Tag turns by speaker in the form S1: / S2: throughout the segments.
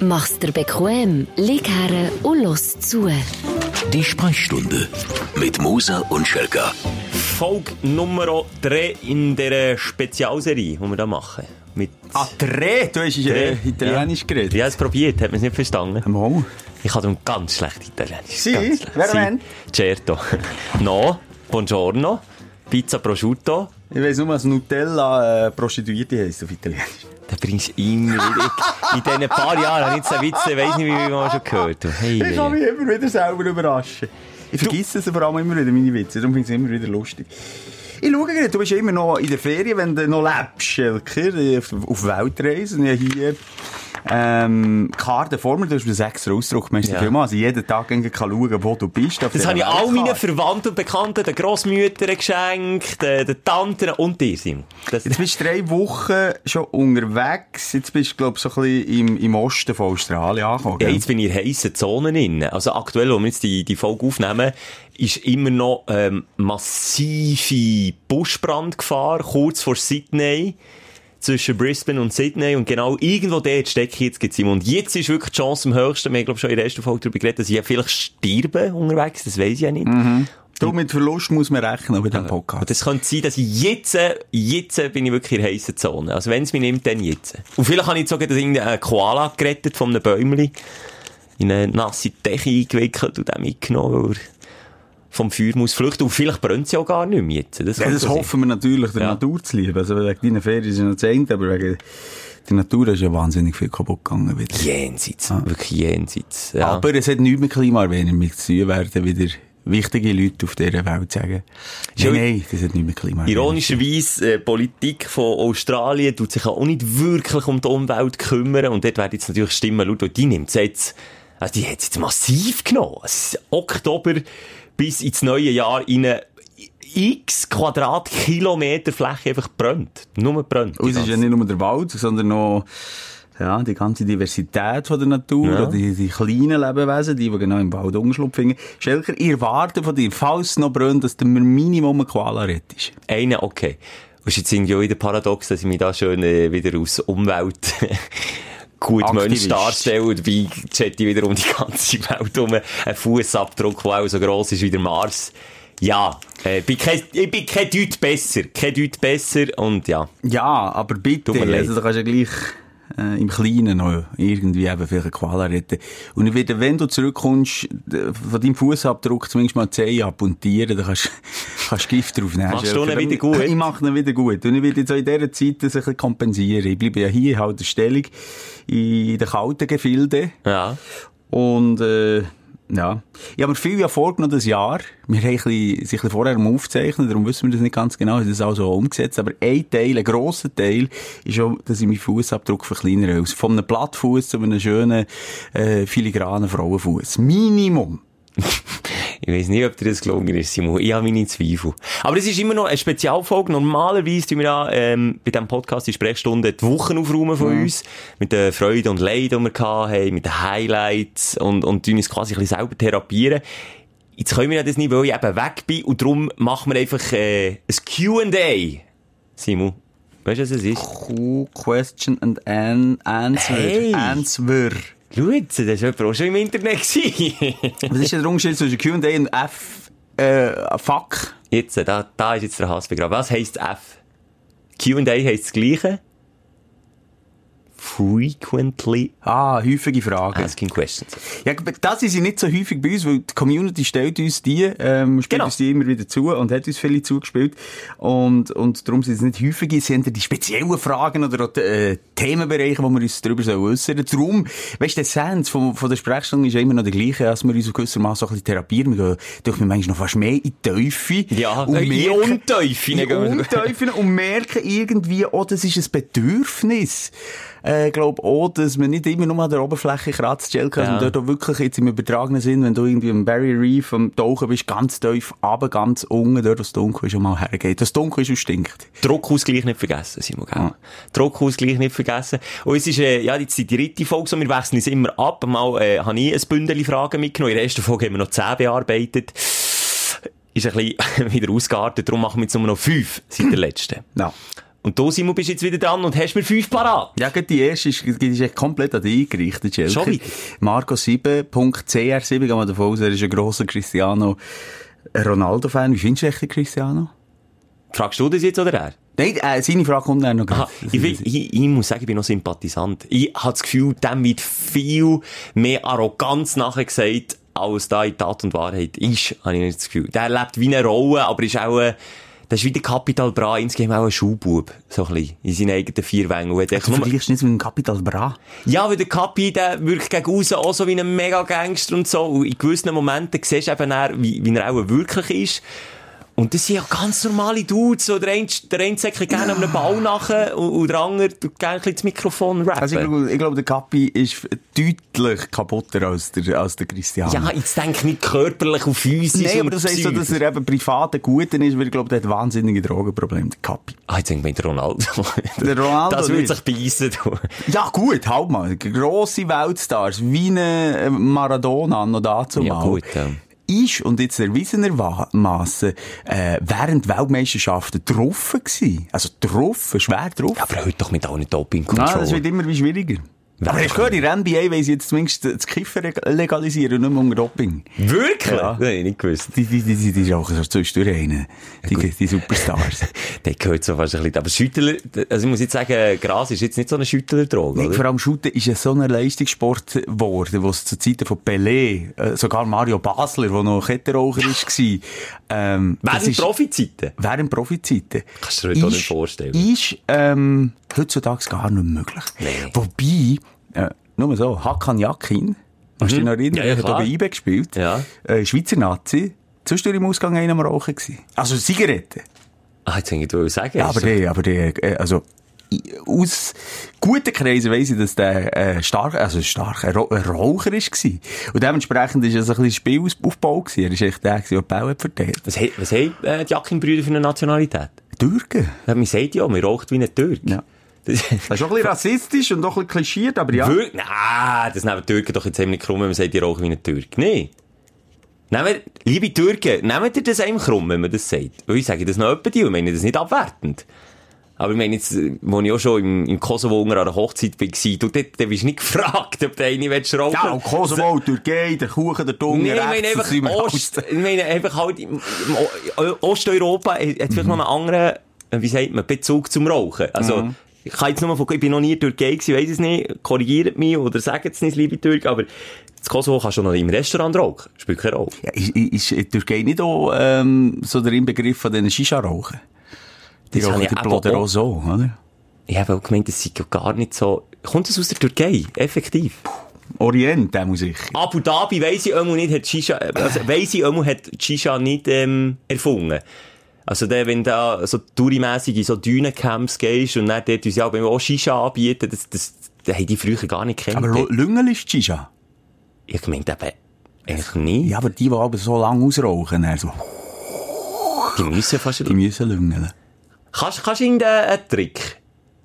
S1: Mach's dir bequem, lieg her und los zu.
S2: Die Sprechstunde mit Musa und Schelga.
S3: Folge Nummer 3 in dieser Spezialserie, die wir da machen. Mit
S4: Ah, Tre, du hast äh,
S3: Tre,
S4: Italienisch geredet.
S3: ich habe es probiert, hat man es nicht verstanden.
S4: Mal.
S3: Ich habe darum ganz schlecht Italienisch.
S4: Si?
S3: Ganz schlecht.
S4: Wer wenn?
S3: Certo. No, buongiorno, pizza prosciutto.
S4: Ich weiss nur, dass Nutella äh, Prostituierte heisst auf Italienisch.
S3: Da bringst du immer wieder... In diesen paar Jahren habe ich jetzt einen Witz, ich weiss nicht, wie viel man schon gehört hat. Hey,
S4: Ich kann mich immer wieder selber überraschen. Ich vergesse es vor allem immer wieder, meine Witze. Darum finde ich es immer wieder lustig. Ich schaue gerade, du bist ja immer noch in der Ferien, wenn du noch lebst, Schelker, äh, auf- auf Weltreise. Und ich habe hier ähm, Karten vor mir, du hast mir sechs Ausdruck. Merci
S3: Ja.
S4: vielmals. Also jeden Tag irgendwie kann schauen, wo du bist.
S3: das
S4: auf dieser
S3: habe ich all meinen
S4: Weltkarte.
S3: Verwandten und Bekannten, den Grossmüttern geschenkt, äh, den Tanten und dir, Simon. Das-
S4: Jetzt bist du drei Wochen schon unterwegs. Jetzt bist du, glaube ich, so ein bisschen im, im Osten von Australien angekommen.
S3: Ja,
S4: gell?
S3: jetzt bin ich in heissen Zonen drin. Also aktuell, wo wir jetzt die, die Folge aufnehmen, ist immer noch ähm, massive Buschbrandgefahr, kurz vor Sydney, zwischen Brisbane und Sydney. Und genau irgendwo dort stecke ich jetzt. Simon. Und jetzt ist wirklich die Chance am höchsten. Wir haben, glaube schon in der ersten Folge darüber geredet, dass ich ja vielleicht sterbe unterwegs. Das weiß ich ja nicht.
S4: Du, mit Verlust muss man rechnen bei diesem
S3: Und
S4: Podcast.
S3: es könnte sein, dass ich jetzt, äh, jetzt äh, bin ich wirklich in der heissen Zone. Also wenn es mich nimmt, dann jetzt. Und vielleicht habe ich sogar irgendeinen Koala gerettet von einem Bäumchen. In eine nasse Decke eingewickelt und dann mitgenommen, weil er vom Feuer muss flüchten. Und vielleicht brennt es ja auch gar nicht mehr jetzt. Das,
S4: Ja,
S3: könnte
S4: das
S3: sein.
S4: hoffen wir natürlich, der
S3: Ja.
S4: Natur zu lieben. Also wegen deiner Ferien ist ja noch zu Ende, aber wegen der Natur ist ja wahnsinnig viel kaputt gegangen. Wieder.
S3: Jenseits. Wirklich jenseits. Ja.
S4: Aber es hat nichts mit Klimaerwärmung zu tun, werden wieder wichtige Leute auf dieser Welt sagen.
S3: ja-
S4: Nein, nein, das hat nichts mit Klimaerwärmung
S3: Ironischerweise, äh, Politik von Australien tut sich auch nicht wirklich um die Umwelt kümmern. Und dort werden jetzt natürlich Stimmen laut, weil die nimmt jetzt, also die hat jetzt massiv genommen. Es ist Oktober bis ins neue Jahr in x Quadratkilometer Fläche einfach brennt. Nur brennt.
S4: Und es ist ja nicht nur der Wald, sondern noch ja, die ganze Diversität von der Natur,
S3: Ja.
S4: oder die, die kleinen Lebewesen, die, die genau im Wald Umschlupf finden. Schelker, ihr wartet von dir, falls es noch brennt, dass du mir Minimum einen Koala rettest.
S3: Einen, okay. Und ist jetzt irgendwie auch wieder paradox, dass ich mich da schön äh, wieder aus Umwelt gut
S4: Aktivist.
S3: Mensch darstelle und dabei chatte ich wieder um die ganze Welt um. Ein Fußabdruck, der auch so gross ist wie der Mars. Ja, äh, bin kein, ich bin kein Deut besser. Kein Deut besser und ja.
S4: Ja, aber bitte,
S3: Tut mir leid.
S4: also, du kannst ja gleich äh, im Kleinen noch irgendwie eben vielleicht einen Koala retten. Und ich werde, wenn du zurückkommst, d- von deinem Fußabdruck zumindest mal die Zehen abpuntieren, dann kannst kannst Gift drauf nehmen.
S3: Machst du
S4: Schelker.
S3: ihn wieder gut?
S4: Ich mache ihn wieder gut. Und ich werde jetzt auch in dieser Zeit das ein bisschen kompensieren. Ich bleibe ja hier halt der Stellung in den kalten Gefilden.
S3: Ja.
S4: Und äh, ja, ich habe mir viel ja vorgenommen das Jahr. Wir haben ein bisschen, sich ein bisschen vorher am aufzeichnen, darum wissen wir das nicht ganz genau, ist das auch so umgesetzt. Aber ein Teil, ein grosser Teil, ist auch, dass ich meinen Fußabdruck verkleinere. Also von einem Plattfuß zu einem schönen, äh, filigranen Frauenfuß. Minimum.
S3: Ich weiß nicht, ob dir das gelungen ist, Simon. Ich habe meine Zweifel. Aber es ist immer noch eine Spezialfolge. Normalerweise tun wir ja, ähm, bei diesem Podcast die Sprechstunde die Wochen aufräumen von uns. Mit den Freuden und Leiden, die wir hatten, mit den Highlights und, und tun uns quasi ein bisschen selber therapieren. Jetzt können wir ja das nicht, weil ich eben weg bin und darum machen wir einfach, äh, ein Q&A. Simon, weißt du, was es ist?
S4: Cool question and an answer.
S3: Hey.
S4: Answer.
S3: Schau jetzt, das war jemand auch schon im Internet. gewesen.
S4: Was ist denn der Unterschied zwischen Q&A und F, äh, fuck?
S3: Jetzt, da, da ist jetzt der Hass begraben. Was heisst F? Q&A heisst das Gleiche. Frequently
S4: Ah, häufige Frage.
S3: Asking Questions.
S4: Ja, aber das ist ja nicht so häufig bei uns, weil die Community stellt uns die, ähm, spielt
S3: Genau.
S4: uns die immer wieder zu und hat uns viele zugespielt. Und, und darum sind es nicht häufig, sind ja die speziellen Fragen oder auch die, äh, Themenbereiche, wo wir uns darüber äußern sollen. Darum, weißt du, der Sens von, von der Sprechstunde ist ja immer noch der gleiche, dass wir uns auf gewisser Maße ein bisschen therapieren. Wir gehen, durch wir manchmal noch fast mehr in die Teufel.
S3: Ja, äh, in die Untiefe
S4: In die
S3: gehen wir.
S4: Untiefen und merken irgendwie, oh, das ist ein Bedürfnis. Äh, glaub, oh, dass man nicht immer nur an der Oberfläche kratzt, Jelka, dass
S3: Ja.
S4: man dort auch wirklich jetzt im übertragenen Sinn, wenn du irgendwie am Barrier Reef am Tauchen bist, ganz tief runter, ganz unten, dort, wo es dunkel ist, und mal hergeht. Das dunkel ist und stinkt.
S3: Druckausgleich nicht vergessen, Simon, gell?
S4: Ja.
S3: Druckausgleich nicht vergessen. Und es ist, äh, ja, jetzt die dritte Folge, so, wir wechseln uns immer ab. Mal, äh, habe ich ein Bündel Fragen mitgenommen. In der ersten Folge haben wir noch zehn bearbeitet. Ist ein bisschen wieder ausgeartet, darum machen wir jetzt nur noch fünf seit der letzten.
S4: Ja.
S3: Und du, Simon, bist jetzt wieder dran und hast mir fünf parat.
S4: Ja, gerade die erste ist, die ist echt komplett an dich eingerichtet, Schelker.
S3: Schon wieder?
S4: Marco7.cr7, gehen wir davon aus, er ist ein grosser Cristiano Ronaldo-Fan. Wie findest du echt den Cristiano?
S3: Fragst du das jetzt oder er?
S4: Nein, äh, seine Frage kommt dann noch
S3: Aha,
S4: gleich.
S3: ich, will, ich, ich muss sagen, ich bin noch Sympathisant. Ich habe das Gefühl, dem wird viel mehr Arroganz nachgesagt, als da in Tat und Wahrheit ist, habe ich nicht das Gefühl. Der lebt wie eine Rolle, aber ist auch, äh, das ist wie der Capital Bra, insgeheim auch ein Schuhbub, so ein bisschen, in seinen eigenen vier Wängen. Und hat echt
S4: Also Du
S3: nur-
S4: vergleichst nicht mit dem Capital Bra.
S3: Ja, weil der Kapi, der wirkt gegen aussen auch so wie ein Mega-Gangster und so. Und in gewissen Momenten siehst du eben eher, wie, wie er auch wirklich ist. Und das sind ja ganz normale Dudes. So, der eine, der eine säckelt gerne einem Ball nachher und, und der andere tut gerne ein bisschen das Mikrofon rappen.
S4: Also ich glaube, ich glaub, der Capi ist deutlich kaputter als der, als der Cristiano.
S3: ja, jetzt denk nicht körperlich und physisch
S4: Nein, aber
S3: und
S4: das heisst so, dass
S3: psychisch.
S4: er eben privat ein Guter ist, weil ich glaube, der hat wahnsinnige Drogenprobleme, der Capi.
S3: Ah, jetzt denke ich, der Ronaldo.
S4: Der Ronaldo
S3: Das würde
S4: nicht.
S3: sich beißen. du.
S4: Ja, gut, halt mal. Grosse Weltstars, wie eine äh, Maradona noch dazu mal.
S3: Ja, gut, ja.
S4: Ist und jetzt erwiesenermaßen äh, während Weltmeisterschaften getroffen gewesen. Also getroffen, schwer getroffen.
S3: Aber heute doch mit allen Doping-Control.
S4: Ja, Ah, das wird immer wie schwieriger. Aber hast du gehört, in der NBA wollen sie jetzt zumindest das Kiffen reg- legalisieren und nicht mehr unter Doping.
S3: Wirklich?
S4: Ja.
S3: Nein, ich nicht gewusst.
S4: Die, die, die, die, die rauchen so zwischendurch einen. Die, die Superstars.
S3: Der gehört so fast ein bisschen. Aber Schüttler, also ich muss jetzt sagen, Gras ist jetzt nicht so eine Schüttler-Droge,
S4: Nein,
S3: oder?
S4: vor allem Shooten ist ja so ein Leistungssport geworden, wo es zu Zeiten von Pelé, äh, sogar Mario Basler, der noch Kettenraucher war, ähm, das
S3: Während
S4: ist-
S3: Profizeiten.
S4: während Profizeiten.
S3: Kannst du dir das auch nicht vorstellen.
S4: Ist ähm, heutzutage gar nicht mehr möglich. Wobei, äh, nur so, Hakan Yakin, kannst du dich noch erinnern,
S3: Mhm. Ja, ja,
S4: Er hat
S3: klar.
S4: auch bei IBE gespielt,
S3: Ja.
S4: äh, Schweizer Nazi, zwischendurch im Ausgang einer am Rauchen gewesen. Also Zigaretten.
S3: Ah, jetzt hätte ich wollte sagen.
S4: Ja, aber der, aber der, äh, also, i- aus guten Kreisen weiss ich, dass der, äh, stark, also stark, ein, Ra- ein Raucher ist gewesen. Und dementsprechend ist es ein bisschen Spielaufbau gewesen. Er ist echt der, gewesen, der die Bälle hat verteilt.
S3: Was, he- was haben äh, die Jacking-Brüder für eine Nationalität?
S4: Türken.
S3: Ja, Man sagt ja, man raucht wie ein Türk.
S4: Ja.
S3: Das,
S4: Das ist auch ein bisschen rassistisch und auch ein bisschen klischiert, aber ja.
S3: Wirklich? Nein, das nehmen die Türken doch jetzt eben nicht krumm, wenn man sagt, die rauchen wie ein Türk. Nein. Nehmen, liebe Türken, nehmt ihr das einem krumm, wenn man das sagt? Weil ich sage das noch etwa die und meine das nicht abwertend. Aber ich meine jetzt, äh, wo ich auch schon im, im Kosovo unter einer Hochzeit war, du, dort, dort bist du nicht gefragt, ob der eine willst rauchen
S4: Ja, und Kosovo, Türkei, der Kuchen, der Dunge,
S3: Nee, ich meine einfach, Ost, ich meine einfach halt, im- im O- Osteuropa hat hat vielleicht noch einen anderen, äh, wie sagt man, Bezug zum Rauchen. Also, ich kann jetzt nur von, ich bin noch nie in der Türkei gewesen, weiss es nicht, korrigiert mich oder sagt es nicht, liebe Türken, aber das Kosovo kannst du noch im Restaurant rauchen, spielt keine Rolle.
S4: Ja, ist, ist in der Türkei nicht auch, ähm, so der Inbegriff von diesen Shisha-Rauchen? Die
S3: Das habe
S4: rauchen
S3: ich
S4: die
S3: eben
S4: Bloder
S3: auch-
S4: auch so, oder?
S3: Ich habe auch gemeint, das sei ja gar nicht so, kommt das aus der Türkei, effektiv?
S4: Orient, der muss ich.
S3: Abu Dhabi, weiss ich einmal nicht, hat Shisha, also weiss ich einmal, hat Shisha nicht ähm, erfunden. Also der, wenn da so tourimässig in so Dünencamps gehst und dann dort uns ja auch Shisha anbieten, das, das, das haben die früher gar nicht
S4: Aber
S3: kennt.
S4: Lüngel ist Shisha.
S3: Ich meinte eben, eigentlich nie.
S4: Ja, aber die, die aber so lange ausrauchen, dann so,
S3: Die müssen fast...
S4: die müssen lüngeln.
S3: Kannst, kannst du irgendeinen äh, Trick?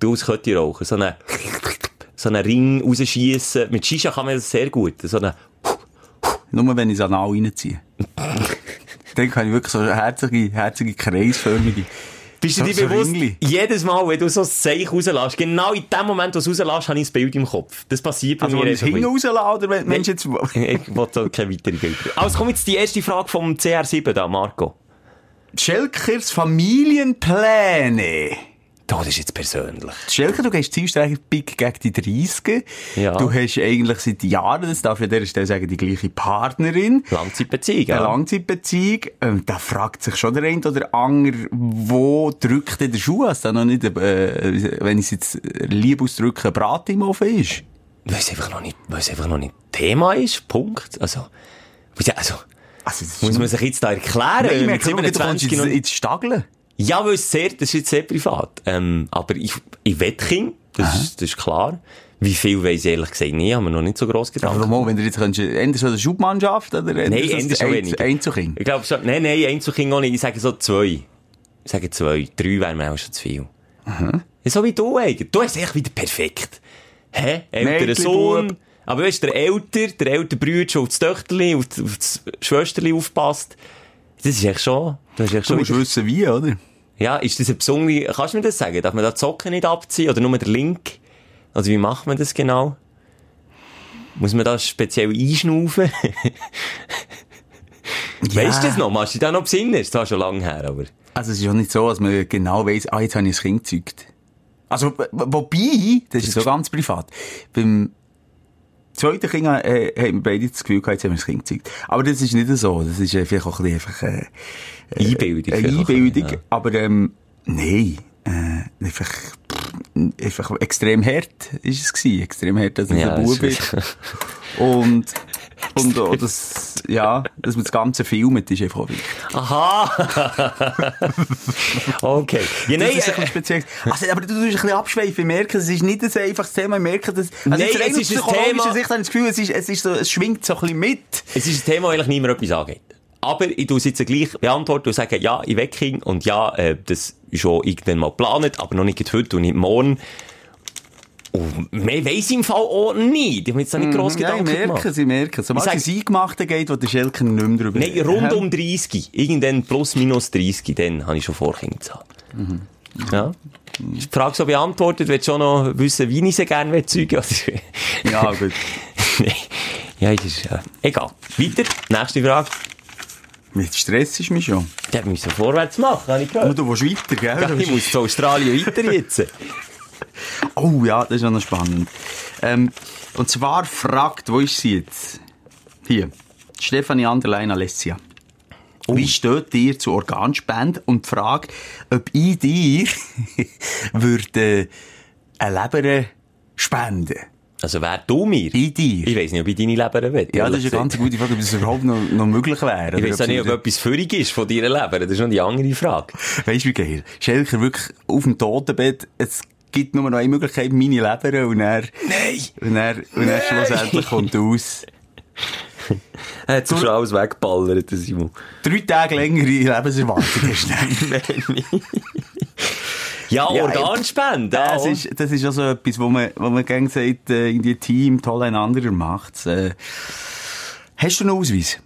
S3: Du als Kötti rauchen, so einen, so einen Ring rausschiessen. Mit Shisha kann man das sehr gut. So einen,
S4: Nur wenn ich es anal reinziehe. Dann kann ich wirklich so herzige, herzige, kreisförmige.
S3: Bist du
S4: So-
S3: dir
S4: so
S3: bewusst,
S4: Ringli.
S3: jedes Mal, wenn du so ein Seich rauslässt, genau in dem Moment, wo du es rauslässt, habe ich ein Bild im Kopf. Das passiert bei
S4: Also, wenn
S3: mir
S4: ich es hinten
S3: einfach
S4: rauslasse, oder wenn, Mensch, jetzt,
S3: nicht. Ich will da keine weiteren Bilder. Also kommt jetzt die erste Frage vom CR7 da, Marco.
S4: Schelkers Familienpläne.
S3: Da, das ist jetzt persönlich.
S4: Schelker, du gehst zielstrebig gegen die 30.
S3: Ja.
S4: Du hast eigentlich seit Jahren, das darf ich an dieser Stelle sagen, die gleiche Partnerin.
S3: Langzeitbeziehung,
S4: Eine
S3: ja.
S4: Langzeitbeziehung, ähm, da fragt sich schon der eine oder andere, wo drückt denn der Schuh, als da noch nicht, äh, wenn ich es jetzt lieb ausdrücke, ein Braten im Ofen ist.
S3: Weil es einfach noch nicht, weil es einfach noch nicht Thema ist. Punkt. Also, wieso- also,
S4: Also, das
S3: muss
S4: ist
S3: man Äh, sich jetzt da erklären?
S4: Nein, ich
S3: mit
S4: merke, schau, du kommst
S3: 27
S4: jetzt
S3: noch-
S4: ins Stageln.
S3: Ja, weil es sehr, das ist jetzt sehr privat. Ähm, aber ich, ich wette Kind, das, ist- das ist klar. Wie viel weiss ich ehrlich gesagt nicht, haben wir noch nicht so gross gedacht.
S4: Aber mal, wenn du jetzt könntest, entweder so eine Schubmannschaft, oder
S3: Nein,
S4: entweder
S3: eher so wenig.
S4: Einzelkind.
S3: Ich glaube schon, nein, nein, Einzelkind auch nicht. Ich sage so zwei. Ich sage zwei. Drei wären mir auch schon zu viel.
S4: Mhm.
S3: Ja, so wie du eigentlich. Du hast echt wieder perfekt. Hä? Älterer
S4: Mädchen,
S3: Sohn.
S4: Bub.
S3: Aber weißt du, der Älter, der ältere Bruder schon auf das Töchterli, auf das- auf das Schwesterli aufpasst. Das ist echt schon, das ist echt
S4: Du
S3: schon
S4: musst wissen, wie, oder?
S3: wieder- Ja, ist das eine besondere, kannst du mir das sagen? Darf man da die Socken nicht abziehen oder nur der Link? Also wie macht man das genau? Muss man da speziell einschnaufen? Weißt du das noch? Machst du dich da noch besinnen? Das war schon lange her, aber.
S4: Also es ist ja nicht so, dass man genau weiss, ah, jetzt habe ich ein Kind gezeugt. Also, w- wobei, das ist so ganz privat, beim zweiten Kind äh, haben wir beide das Gefühl gehabt, jetzt haben wir ein Kind gezeugt. Aber das ist nicht so, das ist äh, vielleicht auch ein bisschen einfach äh,
S3: Einbildung.
S4: eine
S3: vielleicht auch ein bisschen,
S4: Einbildung,
S3: ja.
S4: aber ähm, nein, äh, einfach, pff, einfach extrem hart ist es gewesen, extrem hart, dass es
S3: Ja,
S4: ein
S3: das
S4: Bub
S3: ist-
S4: ist. Und, und auch das, ja, dass man das Ganze filmt, ist einfach auch wichtig.
S3: Aha! okay. Ja,
S4: Das
S3: nein,
S4: ist
S3: äh,
S4: ein bisschen speziell. Also, aber du tust ein bisschen abschweifen. Ich merke, es ist nicht ein einfaches Thema. Ich merke, dass, also
S3: Nein,
S4: jetzt rein
S3: es
S4: aus
S3: ist ein
S4: psychologischer
S3: Thema-
S4: Sicht habe ich das Gefühl, es, ist, es, ist so, es schwingt so ein bisschen mit.
S3: es ist ein Thema, das eigentlich niemand etwas angeht. Aber ich tue es jetzt gleich beantworten und sagen, ja, ich wecke ihn und ja, äh, das ist schon irgendwann mal geplant, aber noch nicht gerade heute und nicht morgen. Und mehr weiss ich im Fall auch nicht. Ich habe mir jetzt da nicht gross
S4: Mhm. Ja, ich
S3: Gedanken
S4: merke
S3: gemacht.
S4: es, ich merke es. Sobald
S3: Ich
S4: es Eingemachte geht, wo der Schelker nicht mehr drüber
S3: Nein, rund um 30. Irgendwann plus minus 30, dann habe ich schon vor, Kinder zu haben.
S4: Mhm.
S3: Ja. Ist die Frage so beantwortet, willst du schon noch wissen, wie ich sie gerne zeugen will?
S4: Ja, gut.
S3: Nein. ja, das ist, äh, egal. Weiter. Nächste Frage.
S4: Mit Stress ist mich schon.
S3: Der müssen wir vorwärts machen, habe ich
S4: Aber
S3: gehört.
S4: du willst weiter, gell? Du
S3: Ja, ich
S4: willst-
S3: muss zu Australien weiter jetzt.
S4: Oh ja, das ist auch noch spannend. Ähm, und zwar fragt, wo ist sie jetzt? Hier. Stefanie Anderlein Alessia.
S3: Oh.
S4: Wie steht dir zu Organspende? Und die Frage, ob ich dir würde äh, eine Leber äh, spenden?
S3: Also wär du mir?
S4: Ich dir?
S3: Ich weiss nicht, ob ich deine Leber will.
S4: ja, das
S3: ehrlich
S4: ist eine ganz
S3: gesagt.
S4: gute Frage, ob das überhaupt noch, noch möglich wäre.
S3: Ich weiss auch nicht, ob etwas führig ist von deiner Leber. Das ist noch die andere Frage.
S4: Weißt du, wie geil? Schelker wirklich auf dem Totenbett, es gibt nur noch eine Möglichkeit, meine Leber, und er,
S3: Nein!
S4: und er, und er schlussendlich kommt aus.
S3: Er hat sich schon alles weggeballert, der Simon.
S4: drei Tage längere Lebenserwartung hast. Nein.
S3: Ja,
S4: Ja,
S3: Organspende. Ja,
S4: Das ist, das ist also etwas, wo man, wo man gerne sagt, äh, irgendwie Team, toll, ein anderer macht's. Äh, hast du einen Ausweis?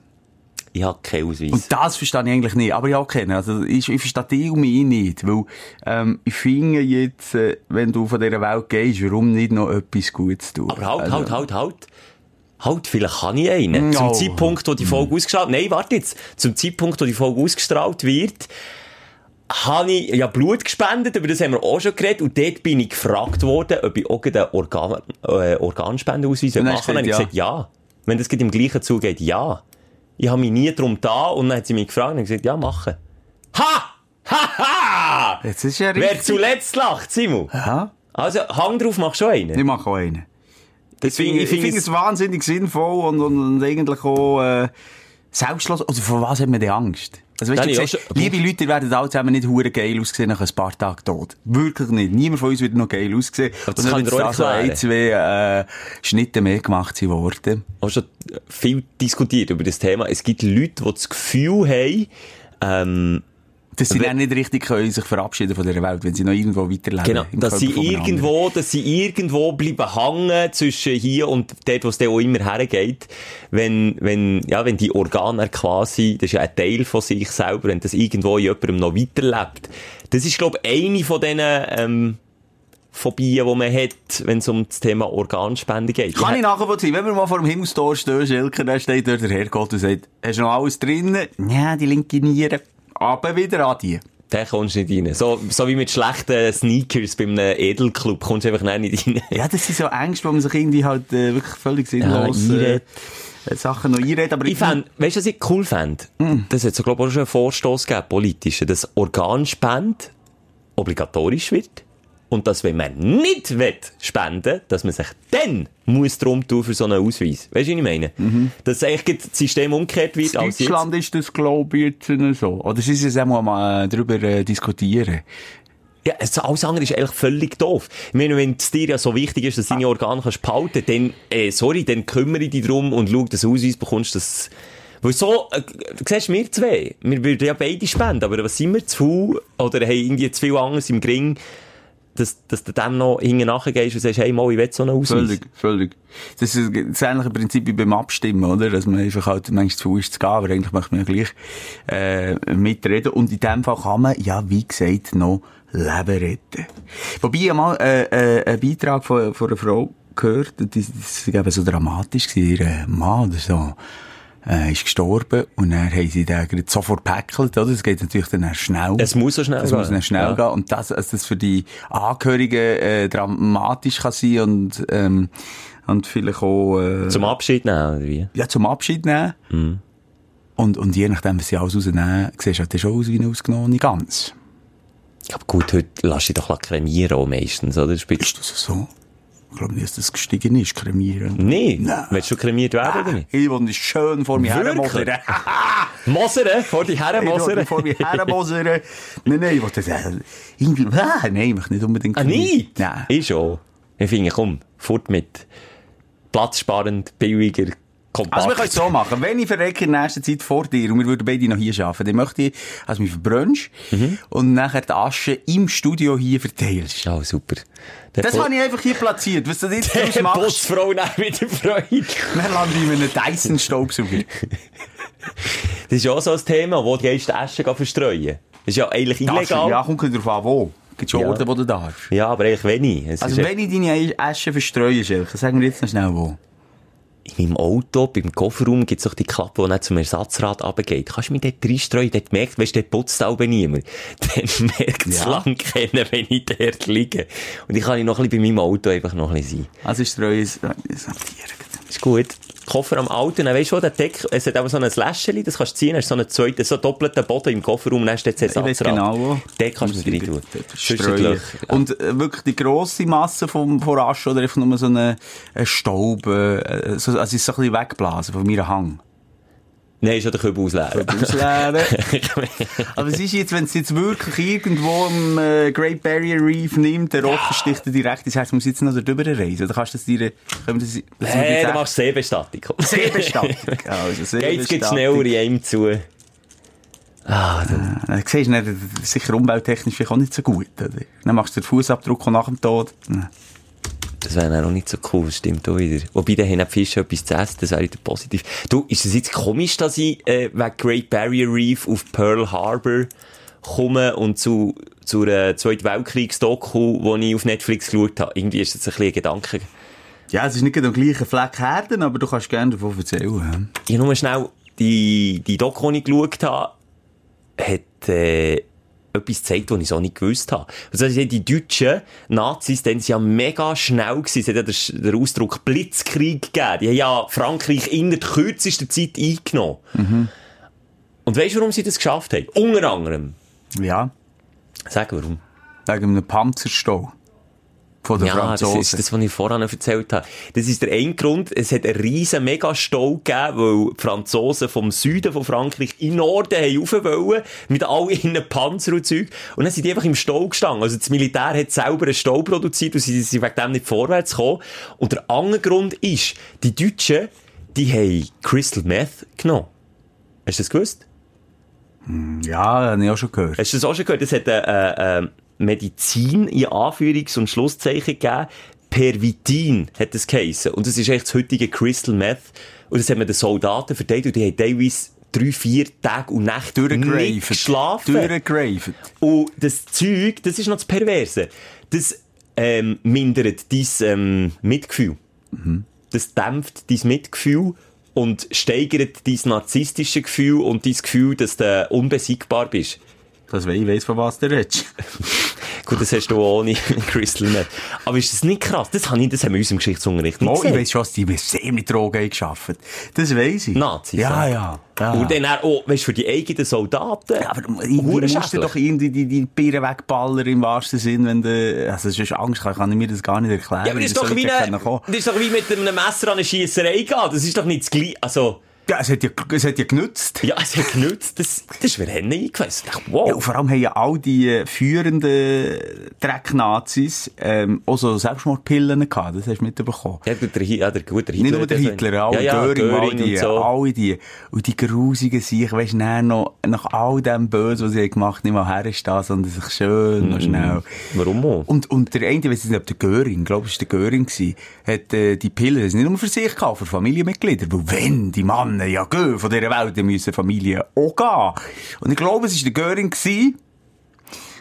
S3: ich habe keinen Ausweis.
S4: Und das verstehe ich eigentlich nicht. Aber ja, okay. Also, ich, ich verstehe dich und mich nicht. Weil, ähm, ich finde jetzt, äh, wenn du von dieser Welt gehst, warum nicht noch etwas Gutes tun?
S3: Aber halt,
S4: Also, Mm,
S3: halt, halt, halt. Halt, vielleicht kann ich einen.
S4: No.
S3: Zum Zeitpunkt, wo die Folge
S4: Mm.
S3: ausgestrahlt Nein, warte jetzt. Zum Zeitpunkt, wo die Folge ausgestrahlt wird, habe ich ja Blut gespendet, über das haben wir auch schon geredet. Und dort bin ich gefragt worden, ob ich auch einen Organ, äh, Organspendeausweis
S4: Und dann
S3: machen
S4: hast
S3: soll. Dann habe ich
S4: du
S3: gesagt, ja. Wenn das gerade im gleichen zugeht, ja. Ich habe mich nie drum da und dann hat sie mich gefragt und ich gesagt, ja, machen. Ha! Ha, ha!
S4: Jetzt ist ja
S3: Wer
S4: richtig.
S3: zuletzt lacht, Simon.
S4: Ja,
S3: Also, Hang drauf, machst du einen.
S4: ich mache auch einen.
S3: Das
S4: Ich, ich finde es wahnsinnig sinnvoll und, und, und eigentlich auch äh, selbstlos. Also von was hat man denn Angst? Also weißt
S3: Nein,
S4: du,
S3: ich
S4: du
S3: auch
S4: siehst,
S3: schon-
S4: liebe Leute, ihr werdet alle zusammen nicht hure geil aussehen nach ein paar Tagen tot. Wirklich nicht. Niemand von uns wird noch geil aussehen.
S3: Aber das
S4: Und
S3: kann
S4: wenn
S3: ich dir
S4: jetzt
S3: auch
S4: da so
S3: erklären.
S4: ein, zwei äh, Schnitte mehr gemacht sind worden.
S3: auch schon viel diskutiert über das Thema. Es gibt Leute, die das Gefühl haben, ähm,
S4: Dass sie
S3: Wenn-
S4: dann nicht richtig können sich verabschieden von dieser Welt, wenn sie noch irgendwo weiterleben.
S3: genau,
S4: im
S3: dass sie
S4: Körper von einem anderen.
S3: irgendwo, dass sie irgendwo bleiben hängen zwischen hier und dort, wo es dann auch immer hergeht. Wenn, wenn, ja, wenn die Organe dann quasi, das ist ja ein Teil von sich selber, wenn das irgendwo in jemandem noch weiterlebt. Das ist, glaube ich, eine von diesen, ähm, Phobien, die man hat, wenn es um das Thema Organspende geht.
S4: Kann ich nachvollziehen, wenn wir mal vor dem Himmelstor stehen, Schelker, dann steht dort der Herrgott und sagt, hast du noch nou alles drin? Ja, die linke Niere. Aber wieder an die.
S3: Da kommst du nicht rein. So, so wie mit schlechten Sneakers bei einem Edelclub kommst du einfach dann nicht rein.
S4: Ja, das sind so Ängste, wo man sich irgendwie halt äh, wirklich völlig sinnlos äh,
S3: einredet.
S4: äh, Sachen noch einredet. Aber
S3: Ich fänd, weißt du, was ich cool fänd? Das hat so, glaub ich, auch schon einen Vorstoß gegeben, politischen, dass Organspende obligatorisch wird. Und dass, wenn man nicht will, spenden, dass man sich dann muss drum tun für so einen Ausweis. Weißt du, was ich meine? Dass eigentlich gerade das System umgekehrt wird.
S4: in
S3: als jetzt.
S4: Deutschland ist das, glaube ich, jetzt noch so. Oder sie sind jetzt auch mal äh, darüber äh, diskutieren.
S3: Ja, also alles andere ist eigentlich völlig doof. Ich meine, wenn es dir ja so wichtig ist, dass du
S4: Ah.
S3: deine Organe kannst behalten dann, äh, sorry, dann kümmere dich drum und schau, dass du Ausweis bekommst, dass... Weil so, äh, siehst du, wir zwei, wir würden ja beide spenden, aber was sind wir zu faul oder haben irgendwie zu viel anderes im Gring, dass, dass du dann noch hinten nachgehst und sagst, hey, mal, ich will so einen Ausweis.
S4: Völlig, völlig. Das ist das ähnliche Prinzip wie beim Abstimmen, oder? Dass man einfach halt manchmal zu ist zu gehen, aber eigentlich möchte man ja gleich äh, mitreden. Und in dem Fall kann man ja, wie gesagt, noch Leben retten. Wobei ich mal äh, äh, einen Beitrag von, von einer Frau gehört, und die- das war eben so dramatisch, gewesen. ihr äh, Mann oder so äh, ist gestorben und dann haben sie den gerade sofort gepäckelt, oder? Das geht natürlich dann erst schnell.
S3: Es muss so schnell
S4: Es
S3: gehen.
S4: muss dann schnell
S3: Also, Ja.
S4: gehen. Und das, dass das für die Angehörigen äh, dramatisch kann sein und, ähm, und vielleicht auch äh,
S3: Zum Mhm. Abschied nehmen, oder wie?
S4: ja, zum Abschied nehmen. Und, und je nachdem, was sie alles rausnehmen, siehst du halt schon aus wie eine ausgenommene Gans.
S3: Aber gut, heute lass dich doch cremieren auch meistens, oder?
S4: Ist das so? Ich glaube nicht, dass das gestiegen ist, kremieren.
S3: Nee.
S4: Nein.
S3: Willst du kremiert werden, oder nicht?
S4: Ich will schön vor mir
S3: Wirklich?
S4: hermodern.
S3: Mosere, vor die
S4: Ich will
S3: Herren
S4: vor mir hermosern. Nein, nein, ich will das... äh, Irgendwie... Ah, nein, ich möchte nicht unbedingt...
S3: Ah, nicht?
S4: Nein.
S3: Ich schon. Ich finde, komm, fort mit platzsparend,
S4: Ah,
S3: billiger, kompakt.
S4: Also wir können es so machen. Wenn ich verrecke in nächster Zeit vor dir und wir würden beide noch hier arbeiten, dann möchte ich, dass du mich verbrennst
S3: Mhm.
S4: und nachher die Asche im Studio hier verteilst.
S3: Ja, Oh, super. Der
S4: Das
S3: Bo-
S4: habe ich einfach hier Dus platziert. Was du jetzt draus
S3: Der
S4: machst,
S3: Putzfrau dann wieder Freude.
S4: dann lande ich in einem Dyson-Staubsauger.
S3: Das ist ja auch so ein Thema, wo die Gäste Asche gehen verstreuen. Das ist ja eigentlich
S4: Die Asche,
S3: illegal.
S4: Ja,
S3: Ja.
S4: kommt drauf an, wo. Es gibt schon
S3: Ja.
S4: Orte, wo du darfst.
S3: aber eigentlich wenig. Es
S4: Also
S3: ist
S4: wenn ich deine Asche verstreue, Schelke, sag mir jetzt noch schnell wo.
S3: in meinem Auto, beim Kofferraum, gibt's doch die Klappe, die nicht zum Ersatzrad runtergeht. Kannst du mich dort reinstreuen? Dort merkt, weisst du, dort putzt auch niemand. Dann merkt's
S4: Ja.
S3: lang kennen, wenn ich dort liege. Und ich kann ich noch ein bisschen bei meinem Auto einfach noch ein bisschen sein.
S4: Also ich streue es... äh, es amtiert.
S3: Ist gut. Koffer am Auto, dann weisst du, schon, der Deck, es hat auch so ein Läschchen, das kannst du ziehen, hast so einen zweiten, so doppelten Boden im Kofferraum, dann hast du jetzt
S4: Ich
S3: Ersatzrad.
S4: weiss genau wo.
S3: Dort kannst du
S4: Muss
S3: mit
S4: ich
S3: rein tun.
S4: dort- dort
S3: Sonst
S4: streuen.
S3: Löcher. Ja.
S4: Und äh, wirklich die grosse Masse vom, von Asche oder einfach nur so einen eine Staub, äh, so, also es ist so ein bisschen wegblasen von meinem Hang.
S3: Nein, ist ja der Kübel ausleeren.
S4: Ausleben. Aber was ist jetzt, wenn es jetzt wirklich irgendwo im äh, Great Barrier Reef nimmt, der Rochen sticht dir direkt ins Herz, muss jetzt noch darüber reisen. Oder kannst du das dir, äh, können wir das, das
S3: Hey, du machst Seebestattung. komm.
S4: Äh, Seebestattung. Also,
S3: Geht's, geht's
S4: Seebestattung.
S3: schneller in einem zu.
S4: Dann Äh, siehst du, dann, das ist sicher umwelttechnisch vielleicht auch nicht so gut. Oder? Dann machst du den Fußabdruck auch nach dem Tod. Äh. Nein.
S3: Das wäre dann auch nicht so cool, das stimmt auch wieder. Wobei, dann haben die Fische etwas zu essen, das wäre wieder positiv. Du, ist es jetzt komisch, dass ich äh, wegen Great Barrier Reef auf Pearl Harbor komme und zu, zu einer Zweiten Weltkriegs-Doku, die ich auf Netflix geschaut habe? Irgendwie ist das ein bisschen ein Gedanke.
S4: Ja, es ist nicht gerade am gleichen Fleck Herden, aber du kannst gerne davon erzählen.
S3: Ich habe nur schnell die, die Doku, die ich geschaut habe, hat äh, etwas gezeigt, was ich so nicht gewusst habe. Also die deutschen Nazis, die waren ja mega schnell. Gewesen. Es hat ja den, Sch- den Ausdruck Blitzkrieg gegeben. Die haben ja Frankreich in der kürzesten Zeit eingenommen. Und weißt du, warum sie das geschafft haben? Unter anderem.
S4: Ja. ja.
S3: Sag warum.
S4: Wegen einem Panzerstau. Von den
S3: Ja, das
S4: Franzosen.
S3: ist das, was ich vorhin erzählt habe. Das ist der eine Grund. Es hat einen riesen Megastau gegeben, weil die Franzosen vom Süden von Frankreich in den Norden haben rauf wollen, mit all ihren Panzer und Zeug. Und dann sind die einfach im Stau gestanden. Also das Militär hat selber einen Stau produziert und sie sind wegen dem nicht vorwärts gekommen. Und der andere Grund ist, die Deutschen, die haben Crystal Meth genommen. Hast du das gewusst?
S4: Ja, habe ich auch schon gehört.
S3: Hast du das auch schon gehört? Es hat eine äh, äh, Medizin in Anführungs- und Schlusszeichen gegeben. Pervitin hat es geheissen. Und das ist echt das heutige Crystal Meth. Und das haben wir den Soldaten verteilt und die haben teilweise drei, vier Tage und Nächte nicht geschlafen.
S4: Durchgegraven.
S3: Und das Zeug, das ist noch das Perverse. Das ähm, mindert dein ähm, Mitgefühl. Das dämpft dein Mitgefühl und steigert dein narzisstische Gefühl und dein Gefühl, dass du unbesiegbar bist.
S4: Das weiss ich, weiss, von was du redest.
S3: Gut, das hast du auch ohne Crystal Meth. Aber ist das nicht krass? Das haben, das haben wir uns im Geschichtsunterricht nicht
S4: Oh, ich
S3: gesehen.
S4: weiss schon, dass die sehr mit Drogen haben gearbeitet. Das weiss ich.
S3: Nazis,
S4: Ja,
S3: ja.
S4: ja. ja.
S3: Und dann auch, oh, weißt du, für die eigenen Soldaten.
S4: Ja, aber irgendwie musst du
S3: Hurenschädlich.
S4: doch irgendwie die, die Bieren wegballern im wahrsten Sinn, wenn du, also sonst Angst kann, kann ich mir das gar nicht erklären.
S3: Ja, aber das ist, doch
S4: Soll ich
S3: wie
S4: da
S3: eine,
S4: können kommen?
S3: das ist doch wie mit einem Messer an eine Schiesserei gehen. Das ist doch nicht das Gleiche. Also,
S4: Ja, es hat ja, es hat ja genützt.
S3: ja, es hat genützt. Das, das ist mir Hände eingefallen. Ich dachte, wow.
S4: Ja, und vor allem haben ja all die äh, führenden Dreck-Nazis ähm, auch so Selbstmordpillen gehabt, das hast du mitbekommen.
S3: Ja, gut, der, Hi- ja, der, gut, der Hitler.
S4: Nicht nur der
S3: hat das-
S4: Hitler, alle
S3: ja, ja,
S4: Göring, all
S3: Göring
S4: die,
S3: und so.
S4: all die. Und die grusigen sich, weisst du, dann noch nach all dem Böse, was ich gemacht habe, nicht mal herstehen, sondern sich schön
S3: Mhm.
S4: noch schnell.
S3: Warum auch?
S4: Und, und der eine, ich weiß nicht, ob der Göring, glaube ich, war der Göring, gewesen, hat äh, die Pille das nicht nur für sich gekauft, für Familienmitglieder. Weil wenn die Männer ja gehen von dieser Welt, dann müssen Familien auch gehen. Und ich glaube, es war der Göring, gewesen,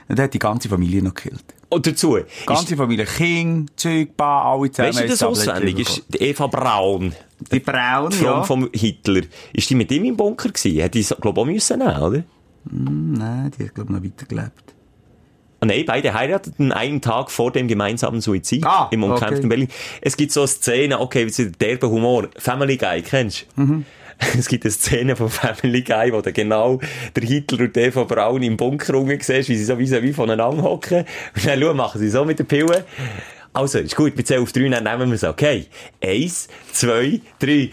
S4: und der hat die ganze Familie noch gekillt.
S3: Und dazu,
S4: Die ganze
S3: ist,
S4: Familie, King, Zeug, Paar, alle zusammen.
S3: weißt du das
S4: haben Tabletten
S3: auswendig?
S4: bekommen.
S3: Ist die Eva Braun,
S4: die Braun,
S3: die Frau
S4: ja.
S3: vom Hitler, ist die mit ihm im Bunker gewesen? Hätte ich, glaube auch müssen nehmen, oder?
S4: Nein, die hat, glaube ich, noch weitergelebt.
S3: Ah, Nein, beide heirateten einen Tag vor dem gemeinsamen Suizid
S4: Ah,
S3: im umkämpften
S4: okay.
S3: Berlin. Es gibt so eine Szene, okay, wie derbe Humor, Family Guy, kennst du?
S4: Mhm.
S3: Es gibt eine Szene von Family Guy, wo du genau der Hitler und der von Braun im Bunker rumgehen siehst, wie sie so vis-à-vis voneinander hocken. Und dann schau, machen sie so mit der Pille. Also, ist gut, wir zählen auf drei, dann nehmen wir es, okay. Eins, zwei, drei.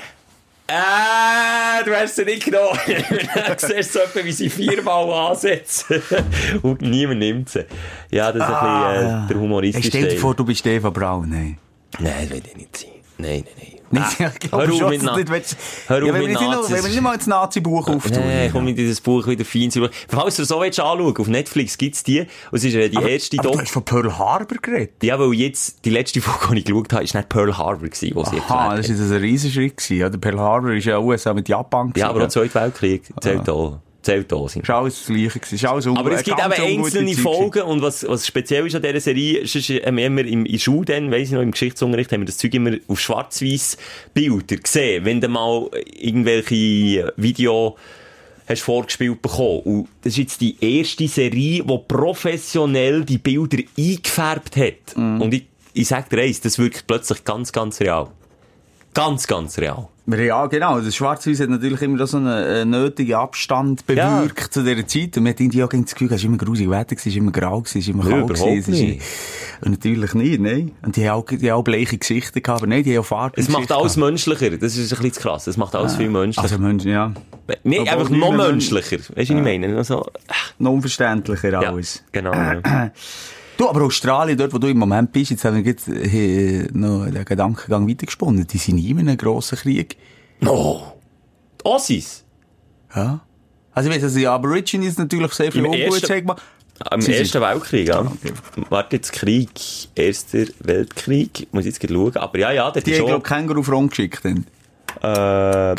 S3: Äh, du hast sie nicht genommen. Dann siehst du so etwa, wie sie viermal ansetzen. Und niemand nimmt sie. Ja, das ist ein bisschen äh, der
S4: Ah. Hey,
S3: humoristische
S4: stell dir
S3: Teil.
S4: vor, du bist Eva Braun, hey.
S3: Nein, das will ich nicht sein. Nein, nein, nein.
S4: Nein, ich glaube
S3: hör auf
S4: schon,
S3: mit
S4: dass du
S3: Na-
S4: nicht willst-
S3: Hör auf
S4: ja,
S3: mit
S4: wenn wir nicht noch-
S3: Nazis.
S4: Wenn wir nicht mal ins Nazi-Buch auftun.
S3: Nein, komm in dieses Buch wieder fein zu. Falls du so willst, anschauen, auf Netflix gibt's die. Und es ist ja die erste
S4: aber du
S3: Doku.
S4: hast von Pearl Harbor geredet.
S3: Ja, weil jetzt, die letzte Folge, die ich geschaut habe, ist nicht Pearl Harbor gewesen, wo sie
S4: Aha,
S3: erklärt hat.
S4: das war jetzt ein Riesenschritt. gewesen, Ja, der Pearl Harbor war ja USA mit Japan.
S3: Ja,
S4: gewesen,
S3: aber auch Zweiter Weltkrieg
S4: Ah.
S3: zählt da. Zählt da. sind-
S4: Ist alles das Gleiche. gewesen, Ist alles un-
S3: Aber es gibt
S4: ganz
S3: eben
S4: ungute
S3: einzelne
S4: Zeug gewesen.
S3: Folgen und was, was speziell ist an dieser Serie, ist, ist haben wir immer im, in der Schule dann, weiss ich noch, im Geschichtsunterricht haben wir das Zeug immer auf schwarz weiß Bilder gesehen, wenn du mal irgendwelche Video hast vorgespielt bekommen. Und das ist jetzt die erste Serie, die professionell die Bilder eingefärbt hat.
S4: Mhm.
S3: Und ich, ich sag dir eins, das wirkt plötzlich ganz, ganz real. Ganz, ganz real.
S4: Ja, genau. Das Schwarz-Weiß hat natürlich immer noch so einen äh, nötigen Abstand bewirkt zu dieser Zeit. Und man hat irgendwie auch gegen das Gefühl, gehabt, es war immer grusig Wetter, es war immer grau, gewesen, es war immer
S3: Nein,
S4: kalt. gewesen,
S3: überhaupt
S4: es ist-
S3: nicht.
S4: Und natürlich nicht, nein. Und die haben auch, die haben auch bleiche Gesichter gehabt, aber nein, die haben auch Farben.
S3: Es macht alles menschlicher. Das ist ein bisschen zu krass. Es macht alles viel menschlicher.
S4: Also Menschen, ja.
S3: nee,
S4: obwohl
S3: einfach
S4: nicht
S3: noch
S4: mehr
S3: menschlicher. Weißt du, was ich meine? Also,
S4: Noch unverständlicher
S3: Ja,
S4: alles.
S3: genau. ja.
S4: Du, aber Australien, dort, wo du im Moment bist, jetzt haben wir jetzt, äh, noch den Gedankengang weitergesponnen. Die sind nie in einem grossen Krieg.
S3: No! Die Ossis!
S4: Ja. Also, ich weiss, also die Aborigines natürlich sehr viel
S3: Im
S4: Ungut
S3: ersten-
S4: haben gemacht.
S3: Im
S4: Sie
S3: Ersten Weltkrieg, ja.
S4: Okay.
S3: Warte jetzt, Krieg. Erster Weltkrieg. Muss ich jetzt gleich schauen. Aber ja, ja, der
S4: Die
S3: ist
S4: haben,
S3: schon...
S4: glaube ich, Känguru-Front geschickt. Dann.
S3: Äh,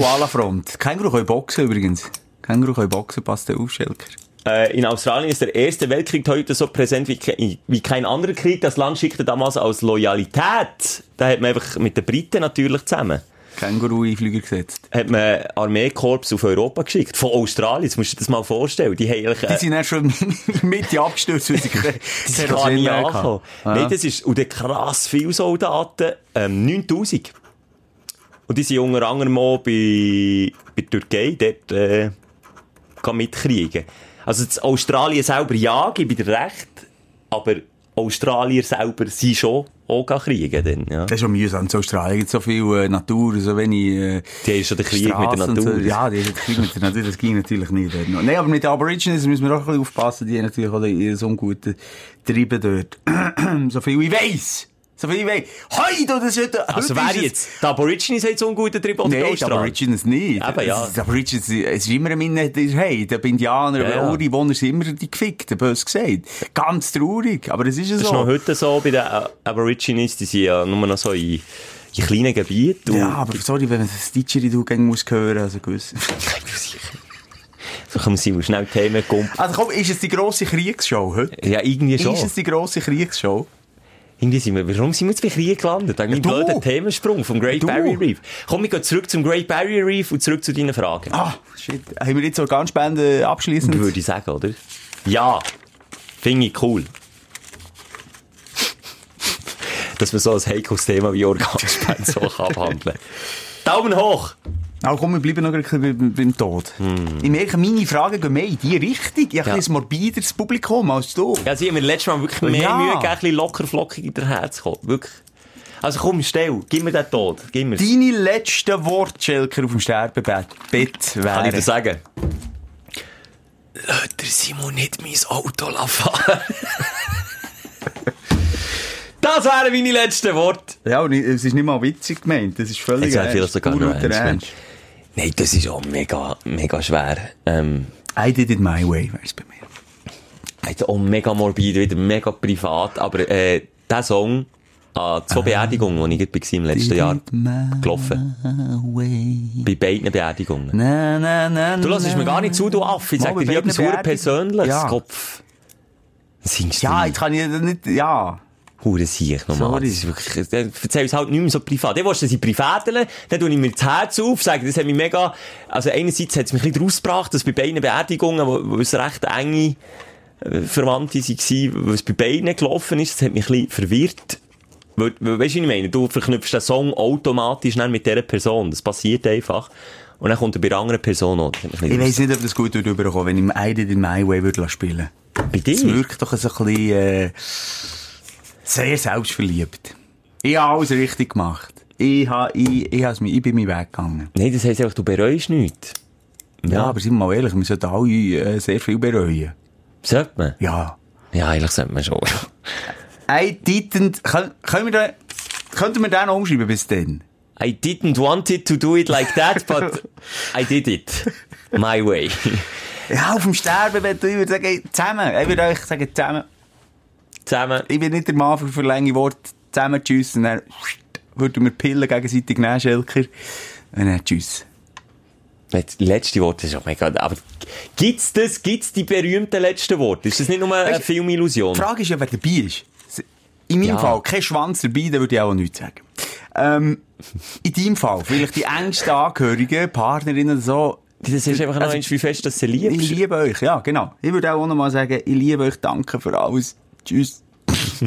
S4: Känguru-Koala-Front. Känguru können boxen übrigens. Känguru können boxen, passt der auf, Schelker.
S3: äh, in Australien ist der Erste Weltkrieg heute so präsent wie, ke- wie kein anderer Krieg. Das Land schickte damals aus Loyalität. Da hat man einfach mit den Briten natürlich zusammen.
S4: Känguru in Flüger gesetzt.
S3: Hat man Armeekorps auf Europa geschickt. Von Australien. Jetzt musst du dir das mal vorstellen. Die haben eigentlich... äh,
S4: Die sind dann schon Mitte abgestürzt, weil sie keine
S3: Das
S4: keine
S3: kann nicht
S4: Rosinelle
S3: ankommen.
S4: hatten.
S3: Nein, das ist, und dann krass viele Soldaten, ähm, 9000. Und die sind unter anderem auch bei, bei der Türkei, dort, äh, kann mitkriegen. Also, das Australien selber, ja, gebe ich dir recht, aber Australier selber sind schon auch gehen kriegen, dann, ja.
S4: Das ist schon mühsam. In Australien gibt so viel äh, Natur, so wenig äh,
S3: Die haben schon den Krieg mit der
S4: Strassen und
S3: Natur.
S4: So. Ja, die haben den Krieg mit der Natur, das ging natürlich nicht. dort noch. Nein, aber mit den Aborigines müssen wir auch ein bisschen aufpassen. Die haben natürlich auch ihr so einen guten Treiben dort. so viel ich weiss. So viel ich weiss. Heute, das ist heute...
S3: Also,
S4: heute
S3: wer
S4: ist es-
S3: jetzt? Die Aborigines haben so einen guten Trip oder die
S4: Nein, die
S3: Australier?
S4: Aborigines nicht.
S3: Eben, ja.
S4: Es- Die Aborigines, es ist immer ein Minderheit, hey, die Indianer,
S3: Ja,
S4: ja,
S3: ja.
S4: ja. Ureinwohner sind immer die Gefickten, bös gesagt. Ganz traurig, aber es ist ja
S3: Das
S4: so.
S3: ist noch heute so bei den äh, Aborigines, die sind ja nur noch so in, in kleinen Gebieten. und-
S4: ja, aber sorry, wenn man das Didgeridoo gegen muss hören, also gewiss.
S3: So können wir schnell Themen kommen.
S4: Also komm, ist es die grosse Kriegsshow heute?
S3: Ja, irgendwie schon.
S4: Ist es die grosse Kriegsshow?
S3: Irgendwie sind wir, warum sind wir jetzt bei Krieg gelandet? Wegen meinem
S4: du.
S3: blöden Themensprung vom Great
S4: Du.
S3: Barrier Reef. Komm, wir gehen zurück zum Great Barrier Reef und zurück zu deinen Fragen.
S4: Ah, shit. Haben wir jetzt Organspenden abschließend?
S3: Würde ich sagen, oder? Ja. Finde ich cool. Dass man so ein heikles Thema wie Organspende so kann abhandeln Daumen hoch!
S4: Aber komm, wir bleiben noch ein bisschen beim, beim Tod. Ich merke, meine Fragen gehen mehr in die Richtung. Ich
S3: Hm.
S4: habe
S3: Ja.
S4: ein bisschen ein morbideres Publikum als du.
S3: Ja, sie haben mir letztes Mal wirklich mehr
S4: Ja.
S3: Mühe gegeben, ein bisschen locker flockig in der Herz zu kommen. Wirklich. Also komm, stell, gib mir den Tod. Gib mir's.
S4: Deine letzten Worte, Schelker, auf dem Sterbebett Bett
S3: Kann ich dir
S4: wären.
S3: sagen? Lass der Simon nicht mein Auto fahren. das wären meine letzten Worte.
S4: Ja, und ich- es ist nicht mal witzig gemeint. Das ist völlig
S3: Jetzt wäre
S4: ernst.
S3: vielleicht sogar noch
S4: Purer
S3: ernst gemeint. Nein, das ist auch mega, mega schwer. Ähm,
S4: I did it my way, wär's bei mir.
S3: jetzt auch mega morbid, wieder mega privat, aber äh, der Song an
S4: Ah,
S3: zwei Beerdigungen, die ich gerade war im letzten Jahr, gelaufen. Bei beiden Beerdigungen.
S4: Na, na, na,
S3: Du lässt mir gar nicht zu, du Affe. Ich
S4: Mal,
S3: sag
S4: bei
S3: dir
S4: beiden
S3: etwas verdammt
S4: Beerdigungen.
S3: Persönliches,
S4: Ja.
S3: Kopf. Singst du
S4: Ja,
S3: nicht?
S4: jetzt kann ich nicht, ja.
S3: Hure Sieg nochmal.
S4: Sorry.
S3: Das ist wirklich, dann erzähl es halt nicht mehr so privat. Dann willst du sie privatelen, dann tue ich mir das Herz auf, sage, das hat mich mega, also einerseits hat es mich ein bisschen rausgebracht, dass bei beiden Beerdigungen, wo, wo es recht enge äh, Verwandte waren, was bei beiden gelaufen ist, das hat mich ein bisschen verwirrt. Weil, weil, weißt du, was ich meine? Du verknüpfst den Song automatisch dann mit dieser Person. Das passiert einfach. Und dann kommt er bei einer anderen Person an. Das hat mich ein
S4: Ich
S3: bisschen
S4: weiss nicht, ob das gut würde rüberkommen, wenn ich I did it my way würde lassen spielen
S3: raus- Bei
S4: Es
S3: dir?
S4: wirkt doch so ein bisschen, äh, sehr selbstverliebt. Ich habe alles richtig gemacht. Ich, habe, ich, ich, has mich, ich bin mir weggegangen.
S3: Nein, das heisst einfach, du bereust nichts. Ja,
S4: Ja, aber sind wir mal ehrlich, wir sollten alle äh, sehr viel bereuen.
S3: sollte man?
S4: Ja.
S3: Ja, eigentlich sollte man schon.
S4: Ein Titan, können, können wir da, könnten wir den noch umschreiben bis dann?
S3: I didn't want it to do it like that, but I did it. My way.
S4: Ja, auf dem Sterbebett, ich würde sagen, hey, zusammen. Ich würde euch sagen, zusammen.
S3: Zusammen.
S4: Ich bin nicht der Mann für, für lange Worte. Zusammen, tschüss. Und dann würden wir Pillen gegenseitig nehmen, Schelker. Und dann tschüss.
S3: Das letzte Wort ist auch mega. Aber gibt's das? Gibt's die berühmten letzten Worte? Ist das nicht nur eine
S4: Weißt du,
S3: Filmillusion?
S4: Die Frage ist ja, wer dabei ist. In meinem
S3: Ja.
S4: Fall, kein Schwanz dabei, dann würde ich auch nichts sagen. Ähm, in deinem Fall, vielleicht die engsten Angehörigen, Partnerinnen, so.
S3: Das ist einfach noch
S4: Also,
S3: eins, wie fest, dass sie
S4: Ich
S3: liebst.
S4: liebe euch, ja, genau. Ich würde auch nochmal sagen, ich liebe euch, danke für alles. Tschüss.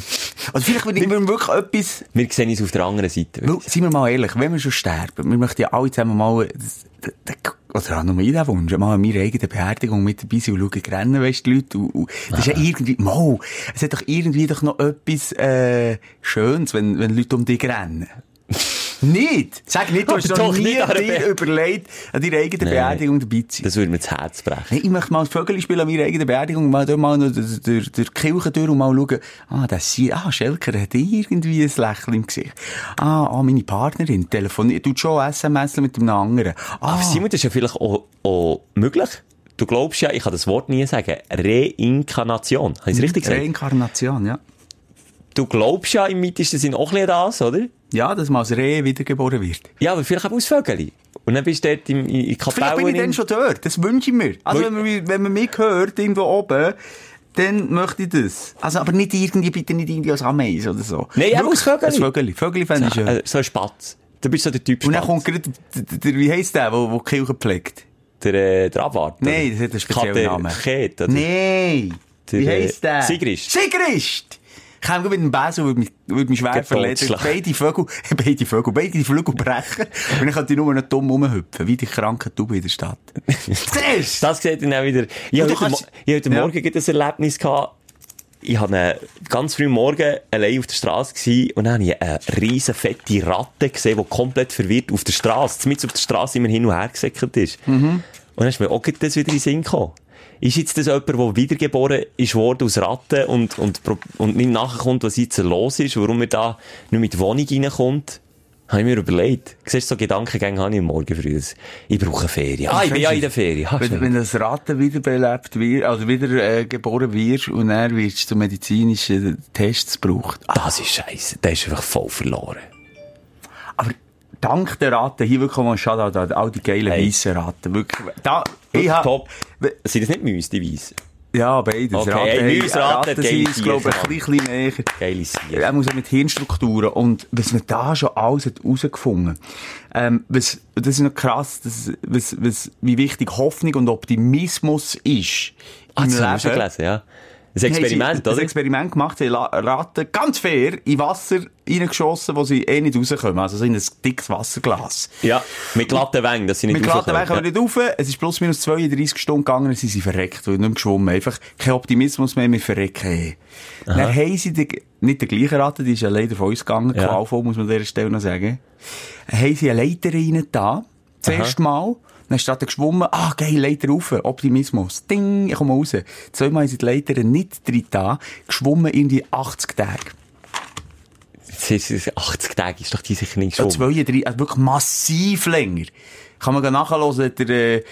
S4: Also vielleicht würde ich wirklich etwas
S3: Wir sehen uns auf der anderen Seite.
S4: Weil, seien wir mal ehrlich, wenn wir schon sterben, wir möchten ja alle zusammen mal, äh, das- das- das- oder auch nur ich den Wunsch, mal an meiner eigenen Beerdigung mit dabei sein und schauen, rennen, weisst du, die Leute, und, und, das ist ja irgendwie, mal, es hat doch irgendwie doch noch etwas, äh, Schönes, wenn, wenn Leute um dich rennen. nicht! Sag nicht, du
S3: Aber
S4: hast noch
S3: doch
S4: nie
S3: nicht an einer
S4: dir
S3: Be-
S4: überlegt, an deiner eigenen
S3: Nein.
S4: Beerdigung dabei zu sein.
S3: Das würde mir das Herz brechen.
S4: Hey, ich möchte mal Vögel spielen an meiner eigenen Beerdigung, mal, dort mal noch durch, durch, durch die Kirche durch und mal schauen, ah, das hier, ah, Schelker hat irgendwie ein Lächeln im Gesicht. Ah, ah meine Partnerin telefoniert, tut schon SMS mit einem anderen. Ah,
S3: Aber Simon, das ist ja vielleicht auch, auch möglich. Du glaubst ja, ich kann das Wort nie sagen. Reinkarnation. Habe ich es richtig gesagt?
S4: Reinkarnation, ja.
S3: Du glaubst ja im mittesten Sinn auch ein bisschen das, oder?
S4: Ja, dass man als Reh wiedergeboren wird.
S3: Ja, aber vielleicht auch aus Vögeli. Und dann bist du dort im, in, in
S4: Vielleicht bin ich dann
S3: Kapellen.
S4: schon dort, das wünsche ich mir. Also,
S3: Weil-
S4: wenn man, mich- wenn man mich hört, irgendwo oben, dann möchte ich das. Also, aber nicht irgendwie, bitte nicht irgendwie als Ameis oder so.
S3: Nein, aber als Vögeli.
S4: Als Vögel. Vögel fände ich schön.
S3: Äh, so ein Spatz. Du bist so der Typ
S4: Und dann
S3: Spatz.
S4: kommt gerade, der, der, wie heisst der, der, der die Kirche pflegt?
S3: Der, äh, der Abwart. oder?
S4: Nein, das hat einen speziellen
S3: Kater-
S4: Namen.
S3: Ket, oder?
S4: Nein!
S3: Der,
S4: Wie
S3: äh,
S4: heisst der?
S3: Sigrist.
S4: Sigrist! Ich käme gerade mit dem Besen, würde mich, würde mich schwer verletzen.
S3: Totschlag.
S4: Beide Vögel, beide Vögel, beide Flügel brechen. Und dann könnte ich nur noch dumm rumhüpfen, wie die kranken Tauben in der Stadt. Siehst du?
S3: Das sieht dann auch wieder. Ich
S4: Und
S3: habe
S4: du
S3: heute,
S4: kannst-
S3: Mo- ich hab heute
S4: Ja.
S3: Morgen gerade ein Erlebnis gehabt. Ich habe äh, ganz früh morgen allein auf der Straße gsi und dann habe ich eine riesen fette Ratte gesehen, die komplett verwirrt auf der Straße, mitten auf der Straße immer hin und her gesäckelt ist.
S4: Mhm.
S3: Und dann ist mir auch gerade das wieder in den Sinn gekommen. Ist jetzt das jemand, der wiedergeboren ist worden aus Ratten und, und, pro- und nicht nachkommt, was jetzt los ist, warum er da nicht mit Wohnung reinkommt? Habe ich mir überlegt. Siehst du, so Gedankengänge habe ich am morgen früh. dass Ich brauche Ferien. Ah, ich bin ja in der Ferien. Ah,
S4: Wenn,
S3: schön.
S4: wenn das Ratten wiederbelebt wird, also wieder äh, geboren wird und er wird zu medizinischen Tests gebraucht.
S3: Das ist scheiße. Der ist einfach voll verloren.
S4: Aber dank der Ratten, hier wirklich mal ein Shoutout an all die geilen
S3: Hey.
S4: weißen Ratten. Wirklich, da, ich hab,
S3: Top. Sind das nicht Müsli weiss?
S4: Ja, beides.
S3: Okay,
S4: Ratten,
S3: hey, bei uns Ratten,
S4: sind
S3: die
S4: uns, glaube ich,
S3: Tiere,
S4: ein bisschen näher.
S3: Geile Siege.
S4: Er muss auch mit Hirnstrukturen und was man da schon alles hat herausgefunden ähm, was, das ist noch krass, das, was, was, wie wichtig Hoffnung und Optimismus ist.
S3: Ah,
S4: im
S3: das haben wir schon
S4: Leben.
S3: gelesen, ja. Ein
S4: Haben
S3: Experiment,
S4: sie Ein
S3: oder?
S4: Experiment gemacht, sie haben La- Ratten ganz fair in Wasser reingeschossen, wo sie eh nicht rauskommen. Also so in ein dickes Wasserglas.
S3: Ja, mit glatten Wängen, dass sie nicht
S4: Mit glatten Weg
S3: rauskommen.
S4: können wir nicht rauf. Es ist plus minus 32 Stunden gegangen, sie sind verreckt, weil nicht mehr geschwommen. Einfach kein Optimismus mehr, wir verrecken. eh. Dann haben sie den, nicht den gleichen Ratten, die ist ja leider von uns gegangen,
S3: Ja.
S4: qualvoll, muss man an dieser Stelle noch sagen. Haben sie eine Leiter rein da, das erste Mal, dann ist der geschwommen, ah, geil, Leiter rauf, Optimismus, ding, ich komme raus. Zweimal haben sie die Leiter nicht drin da, geschwommen irgendwie 80 Tage.
S3: Jetzt ist es 80 Tage, ist doch die sicher nicht
S4: Ja,
S3: schon.
S4: 32, also wirklich massiv länger. Kann man gehen nachhören, der äh,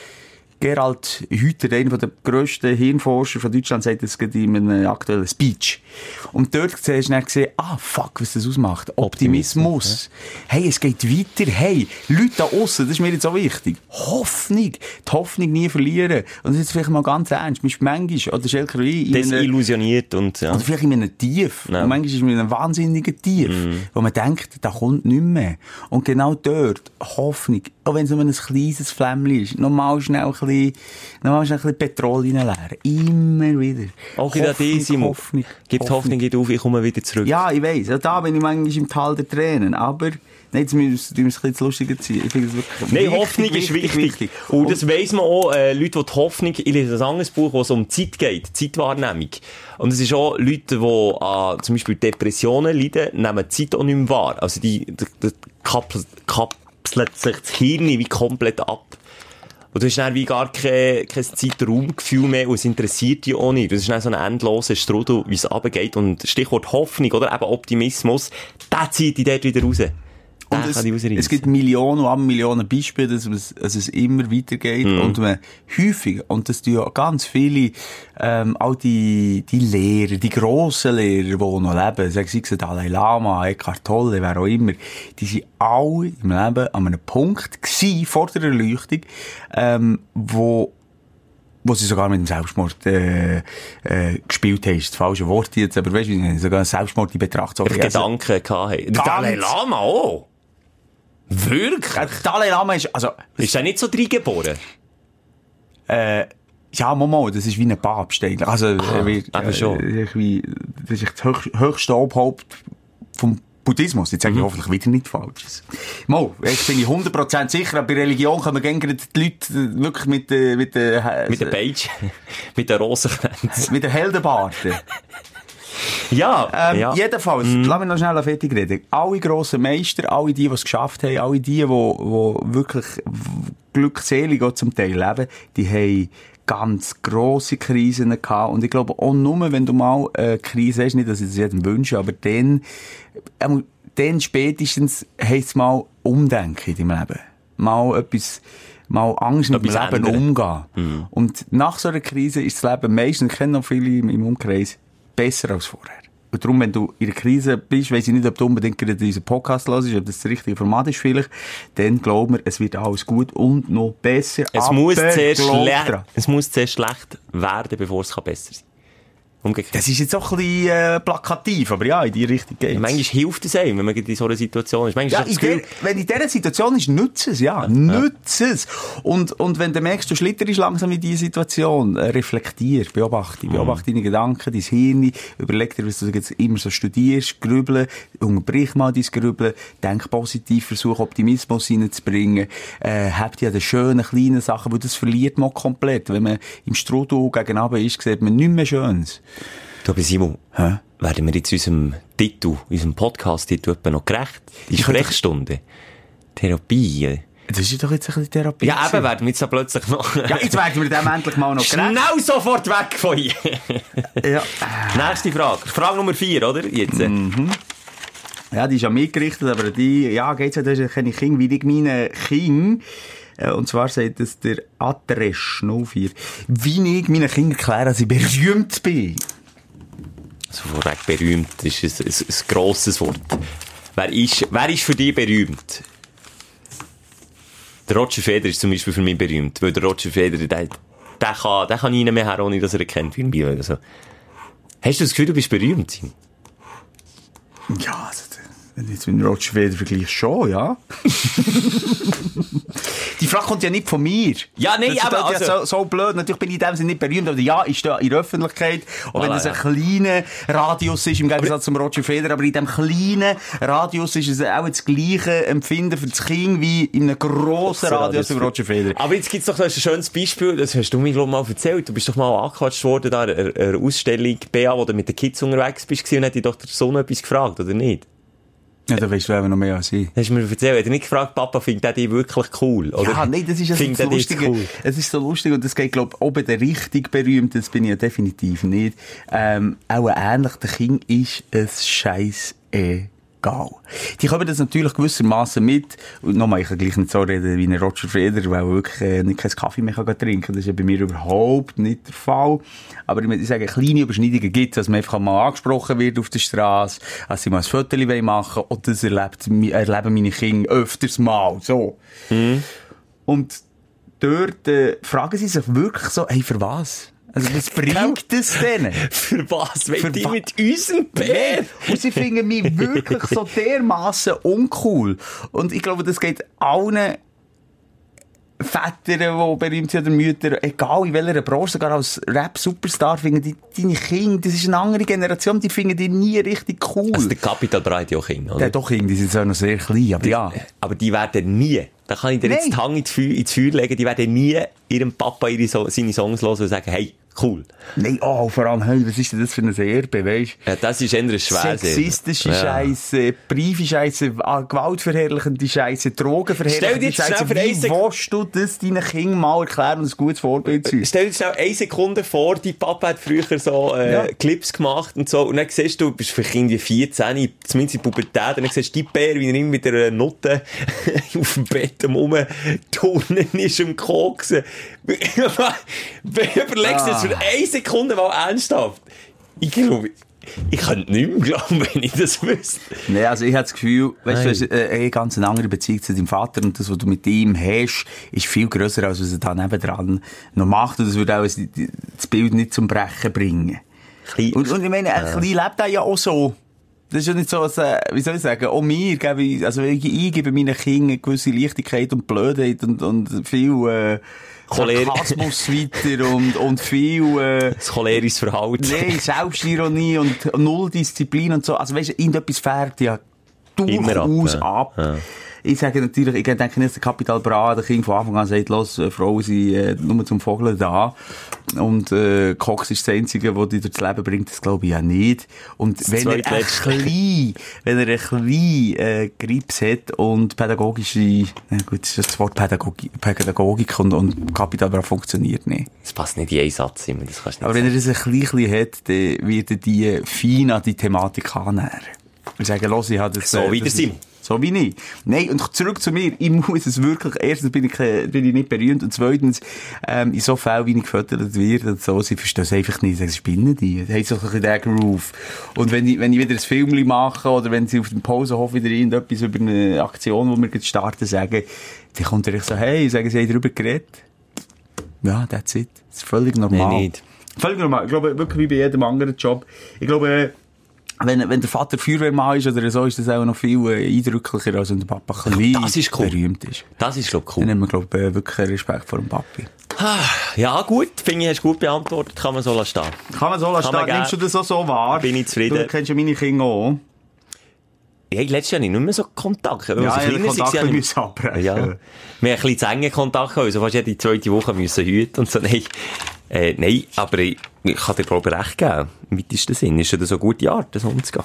S4: Gerald Hüter, einer der grössten Hirnforscher von Deutschland, sagt das gerade in einem aktuellen eh, Speech. Und dort hast du dann gesehen, ah, fuck, was das ausmacht. Optimismus. Hey, es geht weiter. Hey, Leute da aussen, das ist mir jetzt auch wichtig. Hoffnung. Die Hoffnung nie verlieren. Und das ist jetzt vielleicht mal ganz ernst. Man ist manchmal, oder Schelker wie, in einem-
S3: Desillusioniert und ja.
S4: oder vielleicht in einem Tief.
S3: Ja. Mhm.
S4: Und manchmal ist es in einem wahnsinnigen Tief, wo man denkt, da kommt nicht mehr. Und genau dort, Hoffnung, auch wenn es nur ein kleines Flämmchen ist, nochmal schnell ein bisschen, nochmal schnell ein bisschen Petrol reinleeren. Immer wieder.
S3: Auch in der Desimo.
S4: Hoffnung,
S3: Gibt Hoffnung, geht auf, ich komme wieder zurück.
S4: Ja, ich weiss. Auch da bin ich manchmal im Tal der Tränen. Aber, nein, jetzt müssen wir es ein bisschen lustiger ziehen. Ich finde es wirklich
S3: Nein,
S4: wichtig,
S3: Hoffnung ist wichtig. Und das weiss man auch, äh, Leute, die die Hoffnung, ich lese ein anderes Buch, wo es um Zeit geht, Zeitwahrnehmung. Und es ist auch Leute, die an zum Beispiel Depressionen leiden, nehmen die Zeit auch nicht mehr wahr. Also die, die, die kapseln, kapseln sich das Hirn wie komplett ab. Und du hast dann wie gar kein, kein Zeitraumgefühl mehr und es interessiert dich auch nicht. Das ist dann so ein endloser Strudel, wie es runtergeht. Und Stichwort Hoffnung oder eben Optimismus, der zieht dich dort wieder raus. Der
S4: Und
S3: kann
S4: es,
S3: dich rausreissen.
S4: es gibt Millionen und Millionen Beispiele, dass es, dass es immer weitergeht und man häufig, und das tun ja ganz viele, ähm, auch die, die Lehrer, die grossen Lehrer, die noch leben, sei es der Dalai Lama, Eckhart Tolle, wer auch immer, die sind alle im Leben an einem Punkt gewesen, vor der Erleuchtung, ähm, wo wo sie sogar mit dem Selbstmord äh, äh, gespielt haben. ist das falsche Wort jetzt, aber weißt du, sogar Selbstmord in Betracht
S3: Oder
S4: gezogen Also,
S3: Gedanken gehabt haben. Der
S4: Ganz-
S3: Dalai Lama auch. Wirklich?
S4: der Dalai Lama ist, also,
S3: Ist er nicht so reingeboren?
S4: Ja, Momo, das ist wie ein Papst eigentlich. Also, eh, er wird,
S3: eben schon.
S4: äh, irgendwie- das ist echt das höch- höchste Obhaupt vom Buddhismus. Jetzt sage ich hoffentlich wieder nicht Falsches. Mo, jetzt bin ich 100% sicher, aber bei Religion können wir gerne gerade die Leute äh, wirklich mit, äh, mit, äh,
S3: Mit der Beige? Mit der Rosenkränze?
S4: mit der Heldenbarte.
S3: Ja,
S4: Ähm,
S3: ja. Mhm.
S4: Jedenfalls, lass mich noch schnell fertig reden. Alle grossen Meister, alle die, die es geschafft haben, alle die, die, die wirklich w- glückselig auch zum Teil leben, die haben ganz grosse Krisen gehabt. Und ich glaube, auch nur, wenn du mal eine Krise hast, nicht, dass ich das jedem wünsche, aber dann, ähm, dann spätestens heisst es mal Umdenken in deinem Leben. Mal etwas, mal Angst mit dem
S3: Etwas
S4: Leben
S3: ändern.
S4: umgehen.
S3: Mhm.
S4: Und nach so einer Krise ist das Leben meistens, ich kenne noch viele im im Umkreis, besser als vorher. Und darum, wenn du in einer Krise bist, weiss ich nicht, ob du unbedingt gerade diesen Podcast hörst, ob das das richtige Format ist vielleicht, dann glaub mir, es wird alles gut und noch besser.
S3: es,
S4: Aber
S3: muss zuerst
S4: glaub
S3: schlecht,
S4: dran.
S3: es muss zuerst schlecht werden, bevor es kann besser sein Umgekehrt.
S4: Das ist jetzt auch ein bisschen äh, plakativ, aber ja, in die Richtung geht's.
S3: Manchmal hilft es einem, wenn man in so einer Situation ist.
S4: Ja,
S3: Manchmal
S4: in
S3: ist das
S4: der,
S3: Gefühl,
S4: wenn in dieser Situation ist, nützt es, ja. Nützt es. Und, und wenn du merkst, du schlitterst langsam in diese Situation, äh, reflektier, beobachte, beobachte deine Gedanken, dein Hirn, überleg dir, was du jetzt immer so studierst, grübeln, unterbrich mal dein Grübeln, denk positiv, versuch Optimismus reinzubringen, äh, habt ja die schönen kleinen Sachen, weil das verliert man komplett. Wenn man im Strudel gegen Abend ist, sieht man nichts mehr Schönes.
S3: du, aber Simon, werden wir jetzt unserem Titel, unserem Podcast-Titel etwa noch gerecht? Die Sprechstunde. Therapie. äh.
S4: Das ist doch jetzt ein bisschen Therapie.
S3: Ja, eben,
S4: gewesen.
S3: werden wir jetzt da plötzlich noch...
S4: Ja, jetzt werden wir dem endlich mal noch gerecht.
S3: Schnell sofort weg von hier!
S4: Ja.
S3: Nächste Frage. Frage Nummer 4, oder? Jetzt. äh,
S4: Ja, die ist an mich gerichtet, aber die, ja, geht's ja, das ist keine King, wie ich meine King. Äh, Und zwar sagt es der Adresch 04. Wie ich meinen Kindern erkläre, dass ich berühmt bin.
S3: Also vorweg berühmt ist ein, ein, ein grosses Wort. Wer ist, wer ist für dich berühmt? Der Roger Federer ist zum Beispiel für mich berühmt, weil der Roger Federer, der, der kann, der kann niemand mehr her, ohne dass er erkennt wie ein Bier oder so. also. Hast du das Gefühl, du bist berühmt? Simon?
S4: Ja, also, wenn du jetzt mit Roger Federer vergleichst, schon, ja. die Frage kommt ja nicht von mir.
S3: Ja, nein,
S4: das
S3: aber
S4: klingt ja
S3: also-
S4: so, so blöd. Natürlich bin ich in dem Sinne nicht berühmt, aber ja, ich stehe in der Öffentlichkeit. Und wenn
S3: Voilà,
S4: es ein
S3: ja.
S4: kleiner Radius ist, im Gegensatz zum Roger Federer, aber in diesem kleinen Radius ist es auch das gleiche Empfinden für das Kind wie in einem grossen Radius
S3: dus
S4: für Roger Federer.
S3: Aber jetzt gibt's doch noch ein schönes Beispiel, das hast du mir, glaub ich, mal erzählt. Du bist doch mal angequatscht worden da an einer, einer Ausstellung BA, wo du mit den Kids unterwegs bist gewesen und hat dich doch der Sohn etwas gefragt, oder nicht?
S4: Ja, da weißt du eben noch mehr als ich.
S3: Hast du mir erzählt, hat er nicht gefragt, Papa, findet er dich wirklich cool? Oder
S4: Ja, nein, das ist also
S3: findet
S4: das
S3: er dich
S4: Lustige.
S3: cool?
S4: Es ist so lustig und das geht, glaube ich, oben der richtig berühmt, das bin ich ja Ehm, definitiv nicht. Ähm, auch ähnlich, der King ist ein scheiß egal. egal. Die kommen das natürlich gewissermaßen nou, mit. Und nochmal, ich kann gleich nicht so reden wie ein Roger Federer, weil er wirklich äh, nicht keinen Kaffee mehr kann gehen trinken Das ist ja bei mir überhaupt nicht der Fall. Aber ich muss sagen, kleine Überschneidungen gibt es, dass man einfach mal angesprochen wird auf der Straße, dass sie mal ein Foto machen wollen. Und das erlebt, erleben meine Kinder öfters mal. So. Und dort äh, fragen sie sich wirklich so, hey, für was? Also, dus was bringt das denen?
S3: Für was? Wenn
S4: Für
S3: die
S4: wa-
S3: mit unserem Bär?
S4: Nee. Und sie finden mich wirklich so dermassen uncool. Und ich glaube, das geht allen Vätern, die berühmt sind oder Mütter, egal in welcher Branche, sogar als Rap-Superstar, finden die, deine Kinder, das ist eine andere Generation, die finden die nie richtig cool.
S3: Also der Capital breit ja auch Kinder,
S4: ja,
S3: oder?
S4: doch, irgendwie sind sie auch noch sehr klein, aber ja.
S3: Aber die werden nie, da kann ich dir jetzt
S4: Nein.
S3: die Hang ins Feuer, ins Feuer legen, die werden nie ihrem Papa ihre so seine Songs hören und sagen, hey, cool.
S4: Nein, oh, vor allem, hey, was ist denn das für ein Erbe, weißt du?
S3: Ja, das ist eher ein Schwäse.
S4: Sexistische Scheiße, Briefe Scheiße, äh, gewaltverherrlichende Scheiße,
S3: Stell dir
S4: Drogenverherrlichende
S3: jetzt
S4: Scheiße. Also
S3: schnell für eine
S4: Wie
S3: Sekunde-
S4: willst du das deinen Kindern mal erklären und ein gutes Vorbild sein?
S3: Stell dir schnell eine Sekunde vor, dein Papa hat früher so äh,
S4: Ja.
S3: Clips gemacht und so. Und dann siehst du, du bist für Kinder wie 14, zumindest in der Pubertät, und dann siehst du die Bär, wie er immer mit einer Note auf dem Bett rumturnen ist und koksen. Überlegst du das
S4: Ah.
S3: für eine Sekunde mal ernsthaft? Ich glaube, ich könnte nicht mehr glauben, wenn ich das wüsste.
S4: Nee, also ich habe das Gefühl, weißt du,
S3: Nein.
S4: du hast äh, eine ganz andere Beziehung zu deinem Vater und das, was du mit ihm hast, ist viel grösser, als was er da nebendran noch macht. Und das würde auch das- das Bild nicht zum Brechen bringen.
S3: Klein-
S4: Und, und ich meine, ein Klein lebt auch ja auch so. Das ist ja nicht so, als, äh, wie soll ich sagen, auch mir gebe ich, also ich, ich gebe meinen Kindern eine gewisse Leichtigkeit und Blödheit und, und viel äh,
S3: Choler-
S4: Sarkasmus weiter und, und viel... Äh,
S3: Das cholerisches Verhalten.
S4: Nein, Selbstironie und null Disziplin und so. Also weißt du, irgendetwas fährt ja
S3: Immer ab,
S4: durchaus
S3: ja.
S4: ab.
S3: Ja.
S4: Ich sage natürlich, ich denke nicht, dass der Kapital Bra der Kind von Anfang an sagt, los, äh, Frauen sind äh, nur zum Vogeln da. Und äh, Cox ist das Einzige, was dich durchs Leben bringt, das glaube ich ja nicht. Und wenn er, ein
S3: zweitletzte.
S4: klein, wenn er ein klein äh, Grips hat und pädagogische, na gut, das ist das Wort Pädagogi Pädagogik und, und Kapital Bra funktioniert nicht.
S3: Das passt nicht in einen Satz immer, das kannst du nicht
S4: Aber wenn er das ein Kleinchen hat, dann wird er die fein an die Thematik annähern. Und sagen, los, ich habe das... äh,
S3: So wie
S4: das
S3: der
S4: ist-
S3: Simon.
S4: So wie ich. Nein, und zurück zu mir. Ich muss es wirklich, erstens bin ich, ke- bin ich nicht berühmt und zweitens, ähm, in so Fällen, wie ich gefüttert werde und so, sie verstehen es einfach nicht. Sie sagen, spinnen die. Das hat so ein bisschen den Groove. Und wenn ich, wenn ich wieder ein Film mache oder wenn sie auf dem Pausenhof wieder irgendetwas über eine Aktion, die wir gerade starten, sagen, dann kommt er echt so, hey, sagen sie, haben darüber geredet. Ja, that's it. Das ist völlig normal.
S3: Nee, nicht.
S4: Völlig normal. Ich glaube, wirklich wie bei jedem anderen Job. Ich glaube, äh, wenn, wenn der Vater Feuerwehrmann ist oder so, ist das auch noch viel äh, eindrücklicher, als wenn der Papa klein
S3: Das ist cool.
S4: berühmt ist.
S3: Das ist, glaube ich, cool.
S4: Dann haben wir, glaube ich, äh, wirklich Respekt vor dem Papi.
S3: Ah, Ja, gut, finde ich, hast du gut beantwortet, kann man so lassen. stehen.
S4: Kann man so lassen.
S3: man
S4: stehen?
S3: gern.
S4: Nimmst du das auch so wahr?
S3: Bin ich zufrieden.
S4: Du kennst ja meine Kinder auch.
S3: Ich hatte letztes Jahr nicht mehr so Kontakt. Weil wir
S4: Ja,
S3: so
S4: ja, den
S3: kleiner waren,
S4: Kontakt
S3: habe ich-
S4: müssen abbrechen.
S3: Ja. Wir haben ein bisschen zu engen Kontakt gehabt, also fast jede zweite Woche müssen hüten und so. Nein, äh, nein aber ich, ich kann dir glaube ich recht geben. Im weitesten Sinn ist das eine gute Art, das umzugehen.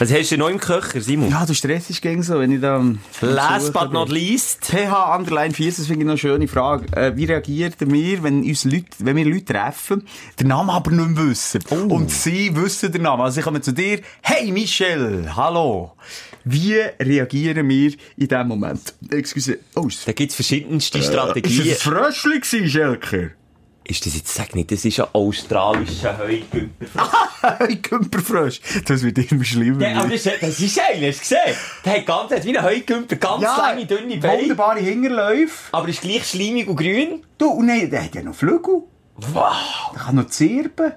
S3: Was hast du noch im Köcher, Simon?
S4: Ja, du stressst gegen so, wenn ich da... am-
S3: Last
S4: am
S3: but
S4: Suchen
S3: not least.
S4: TH Underline 4, das finde ich noch eine schöne Frage. Äh, wie reagiert wir, wenn, uns Leute, wenn wir Leute treffen, den Namen aber nicht mehr wissen?
S3: Oh.
S4: Und sie wissen den Namen. Also sie kommen zu dir, hey Michel, hallo. Wie reagieren wir in diesem Moment? Excuse, oh, ist
S3: Da gibt es
S4: Äh,
S3: verschiedenste
S4: ist
S3: Strategien.
S4: das ein Fröschli gewesen, Schelker?
S3: Ist das jetzt, sag nicht, das ist ein australischer Heugümper.
S4: Hey, Kümperfrösch. Das wird immer schlimmer.
S3: Ja, aber das, das ist einer, hast du gesehen? Der hat ganz, hat wie ein Heugümper, ganz lange, dünne Beine.
S4: Wunderbare Hinterläufe.
S3: Aber ist gleich schleimig und grün.
S4: Du, und nein, der hat ja noch Flügel.
S3: Wow!
S4: Der kann noch zirpen.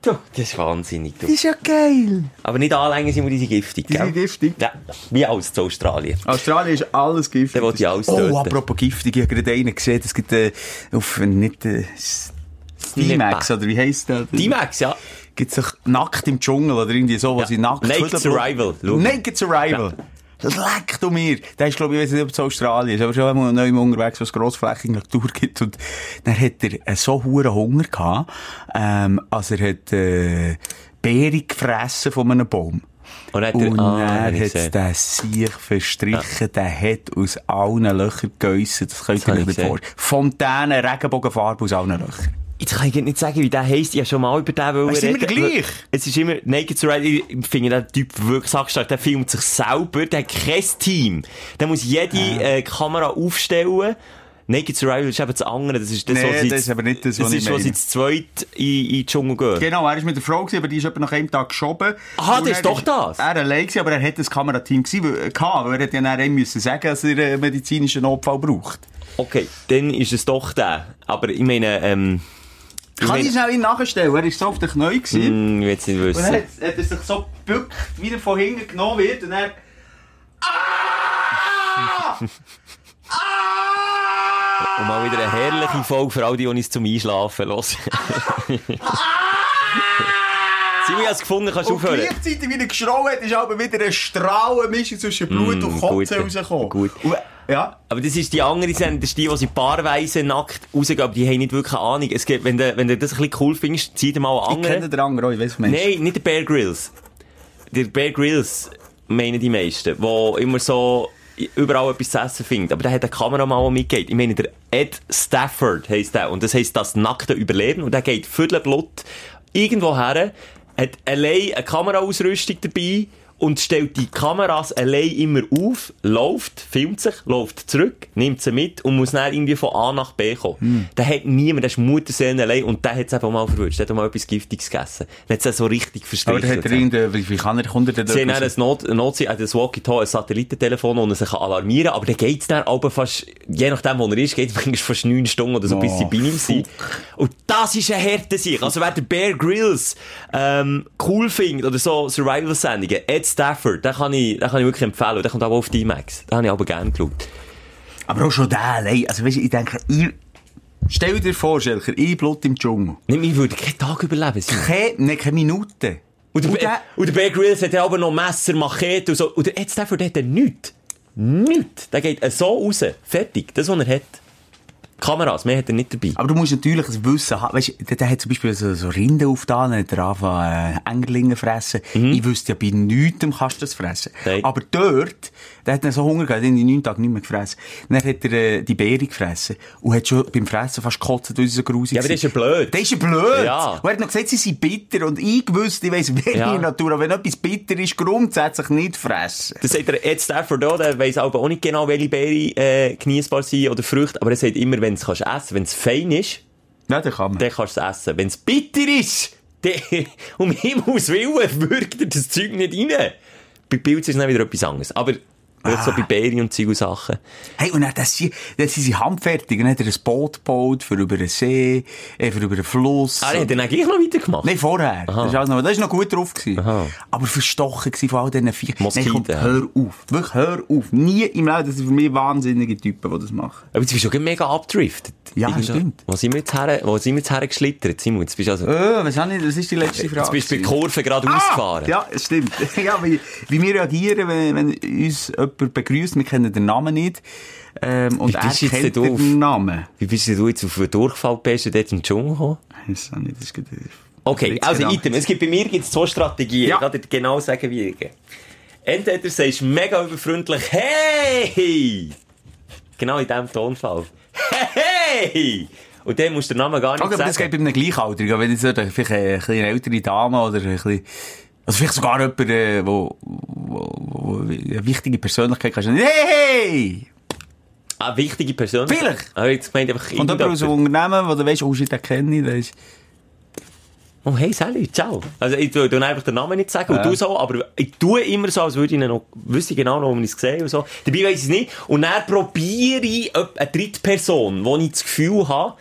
S3: Du, das ist wahnsinnig.
S4: Das
S3: Du.
S4: ist ja geil.
S3: Aber nicht anlängen sind wir diese giftig,
S4: Die
S3: gell?
S4: sind giftig.
S3: Ja, wie alles zu Australien.
S4: Australien ist alles giftig.
S3: Dann will ich alles
S4: Oh,
S3: töten.
S4: apropos giftig, ich habe gerade einen gesehen, es gibt äh, auf, nicht, äh, S- D-Max, oder wie heisst der?
S3: D-Max, ja.
S4: Gibt sich nackt im Dschungel oder irgendwie so, wo
S3: Ja.
S4: sie nackt...
S3: Naked
S4: Hüttenblut-
S3: Survival, schau.
S4: Naked Survival. Leck du mir! Der ist, glaube ich, ich weiß nicht, ob es Australien ist, aber schon einmal neu unterwegs, wo es grossflächige Natur gibt. Und dann hat er äh, so hohen Hunger gehabt, ähm, also er hat äh, Beeren gefressen von einem Baum.
S3: Und dann hat er-
S4: Und
S3: ah, hab
S4: dann
S3: ich
S4: hat
S3: gesehen.
S4: der sich verstrichen, der hat aus allen Löchern gegessen. Das könnt
S3: hab
S4: ihr
S3: ich
S4: euch nicht
S3: gesehen.
S4: vor. Fontänen, Regenbogenfarbe aus allen Löchern.
S3: Ich Jetzt kann ich nicht sagen, wie der heisst. Ich habe schon mal über den wollen
S4: ist immer
S3: reden. Äh,
S4: gleich.
S3: Es ist immer Naked Surrender. Ich finde den Typ wirklich sackstark. Der filmt sich selber. Der hat kein Team. Der muss jede äh, Kamera aufstellen. Naked Survival ist eben das andere. Das ist das,
S4: Nee,
S3: was sie
S4: das
S3: zu-
S4: ist aber nicht das, was ich
S3: ist, was sie
S4: meine.
S3: zu zweit in, in den Dschungel gehen.
S4: Genau, er war mit der Frau, gewesen, aber die ist etwa nach einem Tag geschoben.
S3: Aha,
S4: Und
S3: das ist
S4: er
S3: doch das.
S4: Er allein, gewesen, aber er hat ein Kamerateam gewesen, weil, äh, gehabt, weil er hat ja dann ihm müssen sagen, dass er einen medizinischen Notfall braucht.
S3: Okay, dann ist es doch der. Aber ich meine, ähm, ich
S4: Kann
S3: meine,
S4: ich schnell ihn nachstellen? Er war so auf den Knien. gewesen.
S3: hm, ich will es nicht
S4: Und
S3: wissen.
S4: dann hat, hat er sich so gebückt, wie er von hinten genommen wird. Und er...
S3: Und mal wieder eine herrliche Folge für all die, die uns zum Einschlafen hören. Simon, ich habe es gefunden, kannst du
S4: Ah! Und
S3: aufhören.
S4: gleichzeitig, wie er geschrauen hat, ist aber wieder eine Strahlenmischung zwischen Blut und Kotze
S3: Mm, gut,
S4: rausgekommen.
S3: gut.
S4: Und, ja.
S3: Aber das ist die andere Sendung, das ist die, die sie paarweise nackt rausgehen, aber die haben nicht wirklich eine Ahnung. Es gibt, wenn du, wenn du das ein bisschen cool findest, zieh dir mal einen
S4: Ich kenne
S3: anderen.
S4: den anderen auch, ich weiss, was Mensch.
S3: Nein, nicht der Bear Grylls. Der Bear Grylls meinen die meisten, der immer so überall etwas zu essen findet. Aber der hat eine Kamera mal der mitgeht. Ich meine, der Ed Stafford heisst der. Und das heisst das nackte Überleben. Und der geht viertelblut irgendwo her, hat allein eine Kameraausrüstung dabei und stellt die Kameras allein immer auf, läuft, filmt sich, läuft zurück, nimmt sie mit und muss dann irgendwie von A nach B kommen.
S4: Hm.
S3: Da hat niemand, der ist Mutterseelen allein und der hat es einfach mal verwünscht, der hat auch mal etwas Giftiges gegessen. Dann hat es so richtig
S4: Aber
S3: verstrichen.
S4: der hat er ihn, wie wie kann er, kommt er denn
S3: Sie haben dann
S4: dort
S3: ein
S4: raus?
S3: Not, ein Not ein Walkie-Talkie, ein Satellitentelefon, das er sich alarmieren kann. Aber dann geht's dann aber fast, je nachdem, wo er ist, geht's manchmal fast neun Stunden oder so, bis sie
S4: Oh,
S3: bei ihm sind. Und das ist ein härter Sieg. Also, wer den Bear Grylls, ähm, cool findet, oder so Survival-Sendungen, Ed Stafford, den kann ich, den kann ich wirklich empfehlen. Und Der kommt aber auf die IMAX. Den habe ich aber gerne geschaut.
S4: Aber auch schon der allein. Also, weißt du, ich denke, ihr... Stell dir vor, Schelker, ich blut im Dschungel.
S3: Nicht, ich würde keinen Tag überleben. Simon.
S4: Keine, nee, keine Minute.
S3: Und der,
S4: Und
S3: Bear-
S4: der-
S3: und der Bear Grylls hat ja aber noch Messer, Machete und so. Und der Ed Stafford hat er nichts. Nichts. Der geht äh, so raus. Fertig. Das, was er hat. Kameras, mehr hat er nicht dabei.
S4: Aber du musst natürlich ein Wissen haben. Weißt du, der, der hat zum Beispiel so, so Rinden aufgetan, dann hat er angefangen, äh, Engelinge fressen.
S3: Mhm.
S4: Ich wüsste ja, bei nichts kannst du das fressen.
S3: Nein.
S4: Aber dort, der hat dann so Hunger gehabt, den hat in neun Tagen nicht mehr gefressen. Dann hat er äh, die Beere gefressen und hat schon beim Fressen fast gekotzt, weil sie so grusig
S3: Ja, aber der ist ja blöd.
S4: Der ist ja blöd.
S3: Ja.
S4: Und er hat noch gesagt, sie sind bitter. Und ich wüsste, ich weiss, welche
S3: Ja.
S4: Natur, aber wenn etwas bitter ist, grundsätzlich nicht fressen.
S3: Das sagt der Ed Stafford auch, der weiss aber auch nicht genau, welche Beeren äh, genießbar sind oder Früchte. Aber er sagt immer, wenn du es kannst essen wenn es fein ist,
S4: Ja, den kann man.
S3: dann kannst du es essen. Wenn es bitter ist, dann, um Himmels Willen, wirkt er das Zeug nicht rein. Bei Pilzen ist dann wieder etwas anderes. Aber ah. so bei Beeren und Zeug und Sachen.
S4: Hey, und dann, das, sie- dann sind sie handfertig. Dann hat er ein Boot gebaut für über den See, äh, für über den Fluss.
S3: Ah, er hat dann gleich noch weitergemacht.
S4: Nein, vorher. Das ist alles noch, das ist noch gut drauf gewesen.
S3: Aha.
S4: Aber verstochen gewesen von all diesen Viechern.
S3: Moskiten.
S4: Nein, komm, hör auf. Wirklich, hör auf. Nie im Leben. Das sind für mich wahnsinnige Typen, die das machen.
S3: Aber jetzt bist du schon mega abgedriftet.
S4: Ja, stimmt.
S3: Wo sind wir jetzt her, wo sind wir jetzt hergeschlittert, Simon? Jetzt bist du also,
S4: Äh, was habe ich, das ist die letzte Frage.
S3: jetzt bist du bei
S4: gewesen.
S3: Kurven gerade
S4: Ah,
S3: ausgefahren.
S4: ja, stimmt. ja, wie, wie wir reagieren, wenn, wenn uns jemand begrüßt. Wir kennen den Namen nicht. Ähm, und
S3: Wie bist du
S4: er
S3: jetzt
S4: kennt
S3: denn auf?
S4: den Namen.
S3: Wie bist du jetzt auf einen Durchfall bist und dort im Dschungel gekommen?
S4: Das habe ich, das ist gerade-
S3: Okay,
S4: Jetzt
S3: also
S4: genau.
S3: Item. Es gibt bei mir gibt's zwei Strategien.
S4: Ja.
S3: Ich kann dir genau sagen, wie ich gehe. Entweder sagst du mega überfreundlich, hey! Genau in diesem Tonfall. Hey! Und dann musst du den Namen gar nicht
S4: Okay, aber
S3: sagen.
S4: das geht bei einem Gleichaltrigen. Wenn jetzt so eine, vielleicht eine, kleine ältere Dame oder ein bisschen, also vielleicht sogar jemand, der wo, wo, wo eine wichtige Persönlichkeit kannst du nicht, hey,
S3: Eine Ah, wichtige Person.
S4: Vielleicht.
S3: Aber jetzt meint einfach
S4: hey! Und jemand aus einem Unternehmen, wo du weißt, oh shit, den kenne ich, der ist,
S3: Oh, hey, Sally, ciao. Also, ich tu tu einfach den Namen nicht sagen, und
S4: Ja.
S3: du so, aber ich tue immer so, als würde ich ihn noch, wüsste ich genau noch, wo ich es sehe und so. Dabei weiss ich es nicht. Und dann probiere ich ob eine Drittperson, wo ich das Gefühl habe,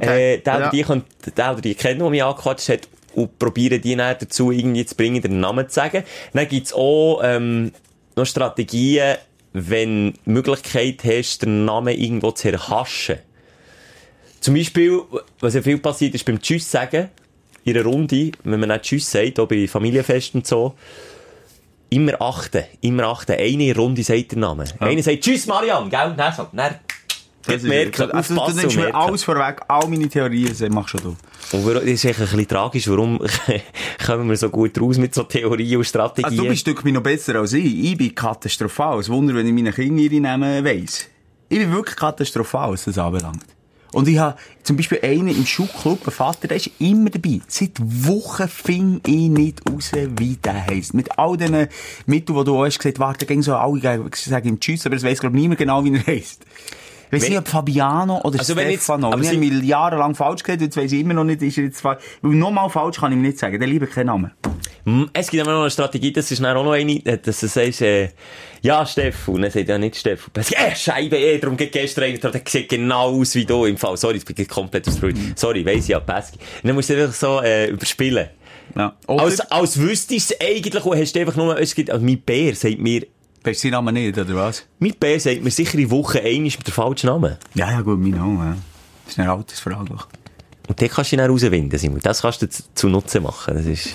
S3: äh,
S4: Okay.
S3: der, oder
S4: Ja.
S3: die könnte, der oder die kennen, die mich angequatscht hat, und probiere die dann dazu irgendwie zu bringen, den Namen zu sagen. Dann gibt's auch, ähm, noch Strategien, wenn du die Möglichkeit hast, den Namen irgendwo zu erhaschen. Zum Beispiel, was ja viel passiert, ist beim Tschüss sagen, in einer Runde, wenn man nicht Tschüss sagt, auch bei Familienfesten und so, immer achten, immer achten. Eine in der Runde sagt den Namen. Einer sagt Tschüss Marianne, gell? Dann so, dann geht
S4: das
S3: merken,
S4: also, du
S3: aufpassen
S4: nimmst
S3: und
S4: mir
S3: merken.
S4: alles vorweg, all meine Theorien, das machst schon du.
S3: Und warum- das ist echt ein bisschen tragisch, warum kommen wir so gut raus mit so Theorien und Strategien?
S4: Also, du bist ein Stück noch besser als ich. Ich bin katastrophal. Es Wunder, wenn ich meine Kinder ihre Namen weiss. Ich bin wirklich katastrophal, was das anbelangt. Und ich habe zum Beispiel einen im Schuhclub, ein Vater, der ist immer dabei. Seit Wochen fing ich nicht raus, wie der heisst. Mit all diesen Mitteln, die du auch hast gesagt, warte, ging so alle gehen- sagen ihm Tschüss, aber es weiss, glaube ich, niemand genau, wie er heisst. Ich weiss
S3: Wenn-
S4: nicht, ob Fabiano oder
S3: Also wenn jetzt-
S4: Stefano.
S3: aber
S4: ich
S3: sie-
S4: habe mich jahrelang falsch gesagt, jetzt weiss ich immer noch nicht, ist er jetzt falsch. Weil nochmal falsch kann ich ihm nicht sagen, der lieber keinen Namen.
S3: Hm, Es gibt immer noch eine Strategie, das ist dann auch noch eine, äh, dass du sagst, äh, ja, Steffu, und dann sagt ja nicht Steffu. Dann sagt, äh, Scheibe, eh, darum geht gestern eigentlich, der sieht genau aus wie du im Fall. Sorry, ich bin komplett ausgerührt. Sorry, weiss ich ja, Pesky. Und dann musst du einfach so, äh, überspielen.
S4: Ja. Oder,
S3: Als, als wüsstest du es eigentlich und hast einfach nur, es gibt, also mein Bär sagt mir,
S4: weißt du seinen Namen nicht, oder was?
S3: mein Bär sagt mir sicher in Woche einmal mit der falschen Namen.
S4: Ja, ja, gut, mein Name. Ja. Das ist eine Altersfrage.
S3: Und den kannst du dann rauswinden, Simon. Das kannst du zu, zu Nutzen machen. Das ist...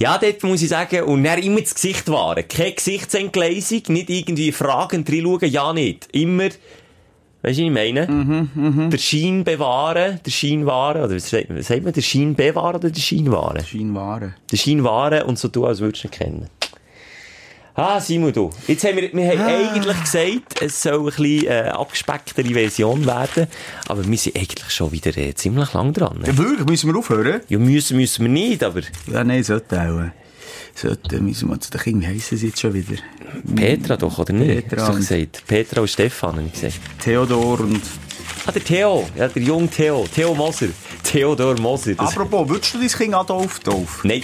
S3: Ja, dort muss ich sagen, und dann immer das Gesicht wahren. Keine Gesichtsentgleisung, nicht irgendwie fragend reinschauen, ja nicht. Immer, weißt du, was ich meine? Der Schein bewahren, der Schein wahren, oder was sagt man? Sagt man, der Schein bewahren oder der Schein wahren?
S4: Scheinware.
S3: Den Schein wahren und so tun, als würdest du ihn kennen. Ah, Simon, du. Jetzt haben wir, wir
S4: Ah.
S3: haben eigentlich gesagt, es soll ein bisschen äh, abgespecktere Version werden. Aber wir sind eigentlich schon wieder äh, ziemlich lang dran.
S4: Ja, wirklich, müssen wir aufhören?
S3: Ja, müssen, müssen wir nicht, aber
S4: Ja, nein, sollte auch. äh, Sollte, müssen wir zu den Kindern, wie heissen sie jetzt schon wieder?
S3: Petra doch, oder nicht?
S4: Petra
S3: Hast du
S4: und-
S3: gesagt. Petra und Stefan, habe ich gesagt.
S4: Theodor und...
S3: Ah, der Theo. Ja, der junge Theo. Theo Moser. Theodor Moser. Das-
S4: Apropos, würdest du dein Kind Adolf taufen?
S3: Nein.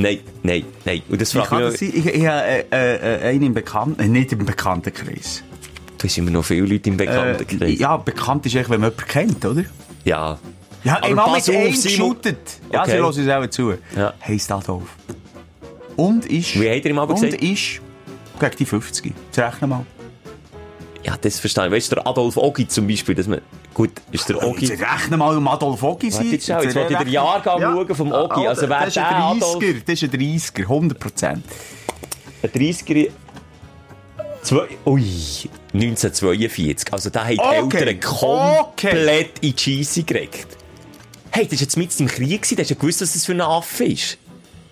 S3: Nein, nein, nein. Und das
S4: Wie
S3: frage
S4: kann
S3: ich
S4: das
S3: mich.
S4: sein? Ich, ich habe äh, äh, äh, einen im Bekannten... Äh, nicht im Bekanntenkreis.
S3: noch- Du hast immer noch viele Leute im Bekanntenkreis.
S4: Äh, ja, bekannt ist eigentlich, wenn man jemanden kennt, oder?
S3: ja.
S4: Ja,
S3: Aber
S4: ich habe
S3: pass
S4: mit
S3: auf,
S4: einem
S3: Simon.
S4: geshootet. Ja,
S3: Okay.
S4: sie hören uns auch zu.
S3: Ja.
S4: Heisst Adolf. Und ist...
S3: Wie hat er ihm aber
S4: Und
S3: gesagt?
S4: ist... Gegen die 50. Jetzt rechne mal.
S3: Ja, das verstehe ich. Weißt du, der Adolf Ogi zum Beispiel, dass man, gut, ist der Ogi.
S4: Ogi. Jetzt rechne mal um Adolf Ogi sein.
S3: Warte, jetzt schau, jetzt will ich den
S4: rechne-
S3: Jahrgang schauen vom Ogi.
S4: Oh,
S3: Also wer
S4: das ist ein
S3: der Adolf-
S4: 30er, das ist ein 30er, 100%.
S3: Ein 30er, zwei, ui, 1942. Also da haben die
S4: Okay,
S3: Eltern komplett in die Scheisse geregt. Hey, das war jetzt mitten im Krieg, gewesen, da hast du ja gewusst, dass das für ein Affe ist.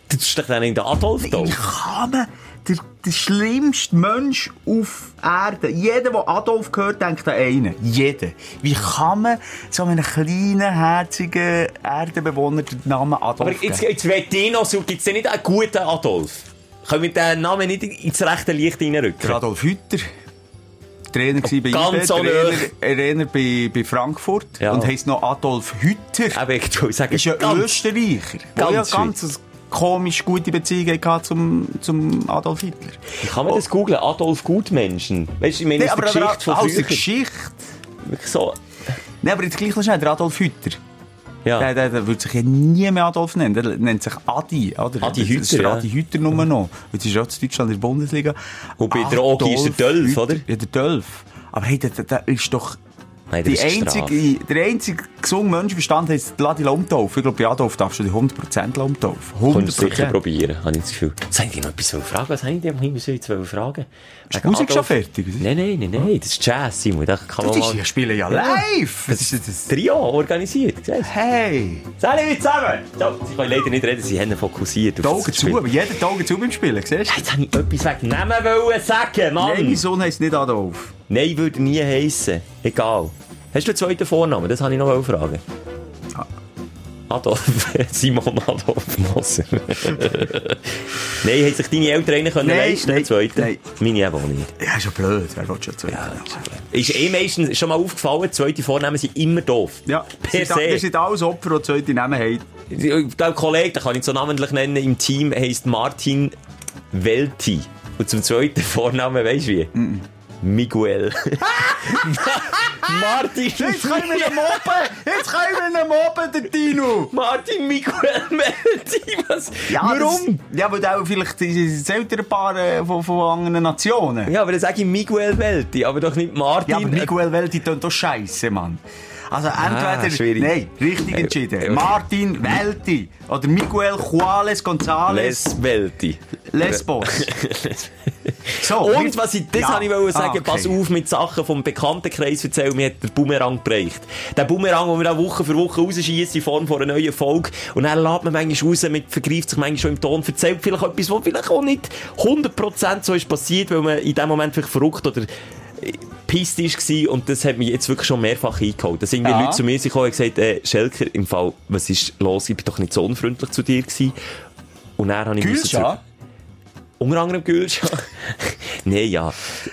S3: Das ist doch dann in der Adolf da.
S4: Wie kann man der, der schlimmste Mensch auf Erden, jeder, der Adolf gehört, denkt an einen. Jeder. Wie kann man so einem kleinen, herzigen Erdenbewohner den Namen Adolf
S3: Aber jetzt,
S4: geben?
S3: jetzt will ich noch so, gibt es denn nicht einen guten Adolf? Können wir den Namen nicht ins rechte Licht
S4: Der
S3: reinrücken?
S4: Adolf Hütter. Trainer gsi bei
S3: ganz
S4: IB,
S3: ohne
S4: Trainer, Trainer bei, bei Frankfurt
S3: Ja.
S4: und heisst noch Adolf Hütter.
S3: Aber ich würde sagen,
S4: ist ja
S3: ganz-
S4: Österreicher.
S3: ganz
S4: Ganz ja
S3: schwierig.
S4: ganz ein komisch gute Beziehung hatte zum, zum Adolf Hitler.
S3: Wie kann man das googlen? Adolf Gutmenschen. Weißt du, ich meine,
S4: Nee,
S3: aus der
S4: aber,
S3: Geschichte
S4: aber
S3: von
S4: aus der
S3: früher.
S4: Geschichte.
S3: Wirklich so.
S4: Nein, aber jetzt gleich noch schnell, der Adolf Hütter. Der,
S3: Ja.
S4: der, der würde sich ja nie mehr Adolf nennen. Der nennt sich Adi, oder?
S3: Adi
S4: Das ist
S3: Hütter,
S4: der
S3: ja.
S4: Adi Hütter nur noch. Jetzt ist er auch in Deutschland in der Bundesliga.
S3: Und bei der Ogi ist der Dölf,
S4: Hütter.
S3: oder?
S4: Ja, der Dölf. Aber hey, der, der, der ist doch...
S3: Nein, das
S4: Die
S3: ist einzige...
S4: einzige, der einzige gesunde Menschenverstand heißt, lass dich umtaufen. Ich glaube, bei Adolf darfst du dich 100% umtaufen. 100%.
S3: Kannst du sicher probieren, habe ich das Gefühl. Jetzt habe ich dich noch etwas fragen. Was habe ich dir noch immer so jetzt fragen?
S4: Ist die
S3: Wegen
S4: Musik schon
S3: Adolf-
S4: fertig?
S3: Nein, nein, nein, nein. Das ist Jazz, Simon. Da kann
S4: Du
S3: man
S4: bist
S3: mal...
S4: ja spielen ja live!
S3: Das ist das Trio organisiert. siehst
S4: Hey!
S3: du? Salut zusammen! So, Sie können leider nicht reden, sie haben fokussiert auf
S4: Die
S3: das
S4: Augen zu,
S3: Spiel.
S4: aber jeder die Augen zu beim Spielen, siehst
S3: Jetzt habe ich etwas wegnehmen wollen sagen,
S4: du?
S3: Mann!
S4: Nein, mein Sohn heisst nicht Adolf.
S3: Nein, würde nie heissen. Egal. Hast du einen zweiten Vornamen? Das wollte ich noch fragen.
S4: Ah,
S3: Adolf, Simon Adolf Moser. nein, hätten sich deine Eltern eigentlich können
S4: Nein,
S3: leisten
S4: nein,
S3: können, zweiten?
S4: nein.
S3: Meine eben auch nicht.
S4: Ja, ist ja blöd. Wer will schon zwei? Ja,
S3: Ist eh meistens schon mal aufgefallen, zweite Vornamen sind immer doof. per
S4: Sind- Ihr
S3: se. äh,
S4: seid alles Opfer, die zweite Namen haben.
S3: Der Kollege, den kann ich so namentlich nennen, im Team heisst Martin Welti. Und zum zweiten Vornamen, weißt du wie? Miguel. Martin
S4: Jetzt können wir ihn mobben! Jetzt können wir ihn mobben, der Dino!
S3: Martin Miguel Melti, was? Warum?
S4: Das, ja, weil auch vielleicht das ältere Paar äh, von, von anderen Nationen.
S3: Ja, aber dann sage ich Miguel Melti, aber doch nicht Martin.
S4: Ja, aber Miguel Welti tönt doch scheisse, Mann. Also entweder...
S3: Ah, schwierig.
S4: Nein, richtig
S3: Äh,
S4: entschieden.
S3: äh,
S4: Martin Welti oder Miguel Juales González
S3: Les Welti.
S4: Lesbos. so,
S3: Und
S4: wir-
S3: was ich, das
S4: Ja.
S3: wollte ich wollte sagen,
S4: Ah, okay.
S3: pass auf mit Sachen vom Bekanntenkreis erzählen, mir hat der Bumerang gebracht. Der Bumerang, den wir da Woche für Woche rausschießen in Form von einer neuen Folge. Und dann lädt man manchmal raus, mit, vergreift sich manchmal schon im Ton, erzählt vielleicht etwas, was vielleicht auch nicht 100% so ist passiert, weil man in dem Moment vielleicht verrückt oder äh, pisst war und das hat mich jetzt wirklich schon mehrfach eingeholt. Dass irgendwie
S4: Ja.
S3: Leute zu mir sind gekommen und gesagt, äh, Schelker, im Fall, was ist los? Ich bin doch nicht so unfreundlich zu dir gewesen. Und dann habe ich müssen zurück-
S4: Gülscha?
S3: Unter anderem Gülscha. Nein, ja.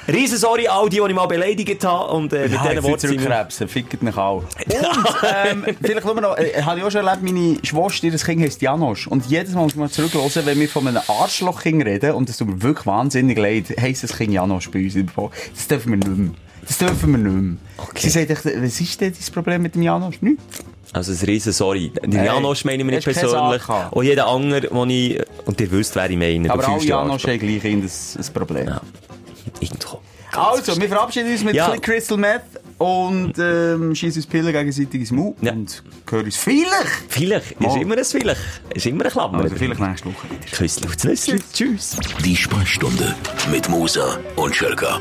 S3: Riesen sorry all die, die ich mal beleidigt habe und äh, mit
S4: Ja,
S3: diesen
S4: jetzt
S3: Worten sind wir-
S4: zurückkrebsen, fickt mich auch. Und, ähm, vielleicht nur noch, äh, habe ich auch schon erlebt, meine Schwester, das Kind heisst Janosch. Und jedes Mal muss man zurückhören, wenn wir von einem Arschlochkind reden, und das tut mir wirklich wahnsinnig leid, heisst das Kind Janosch bei uns. im Fall. Das dürfen wir nicht mehr. Das dürfen wir nicht mehr.
S3: Okay.
S4: Sie sagt echt, was ist denn das Problem mit dem Janosch? Nichts.
S3: Also ein riesen Sorry. Den
S4: Hey,
S3: Janosch meine ich mir nicht
S4: hast keine
S3: persönlich.
S4: Sache gehabt.
S3: Auch jeder andere, den ich... Und ihr wisst, wer ich meine.
S4: Aber
S3: du
S4: alle
S3: fühlst dich
S4: Janosch
S3: angesprochen.
S4: haben gleich ein, ein Problem.
S3: Irgendwo.
S4: Also, wir verabschieden uns mit
S3: Ja.
S4: ein bisschen Crystal Meth und ähm, schießen uns Pillen gegenseitig ins Maul
S3: Ja.
S4: und hören uns vielleicht,
S3: Vielleicht. Ist
S4: Mal.
S3: immer ein Vielleicht. Ist immer ein Klammer.
S4: also vielleicht nächste Woche wieder.
S3: Küssel aufs Nüssel. Tschüss.
S2: Die Sprechstunde mit Musa und Schelka.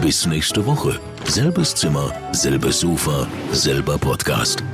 S2: Bis nächste Woche. Selbes Zimmer, selbes Sofa, selber Podcast.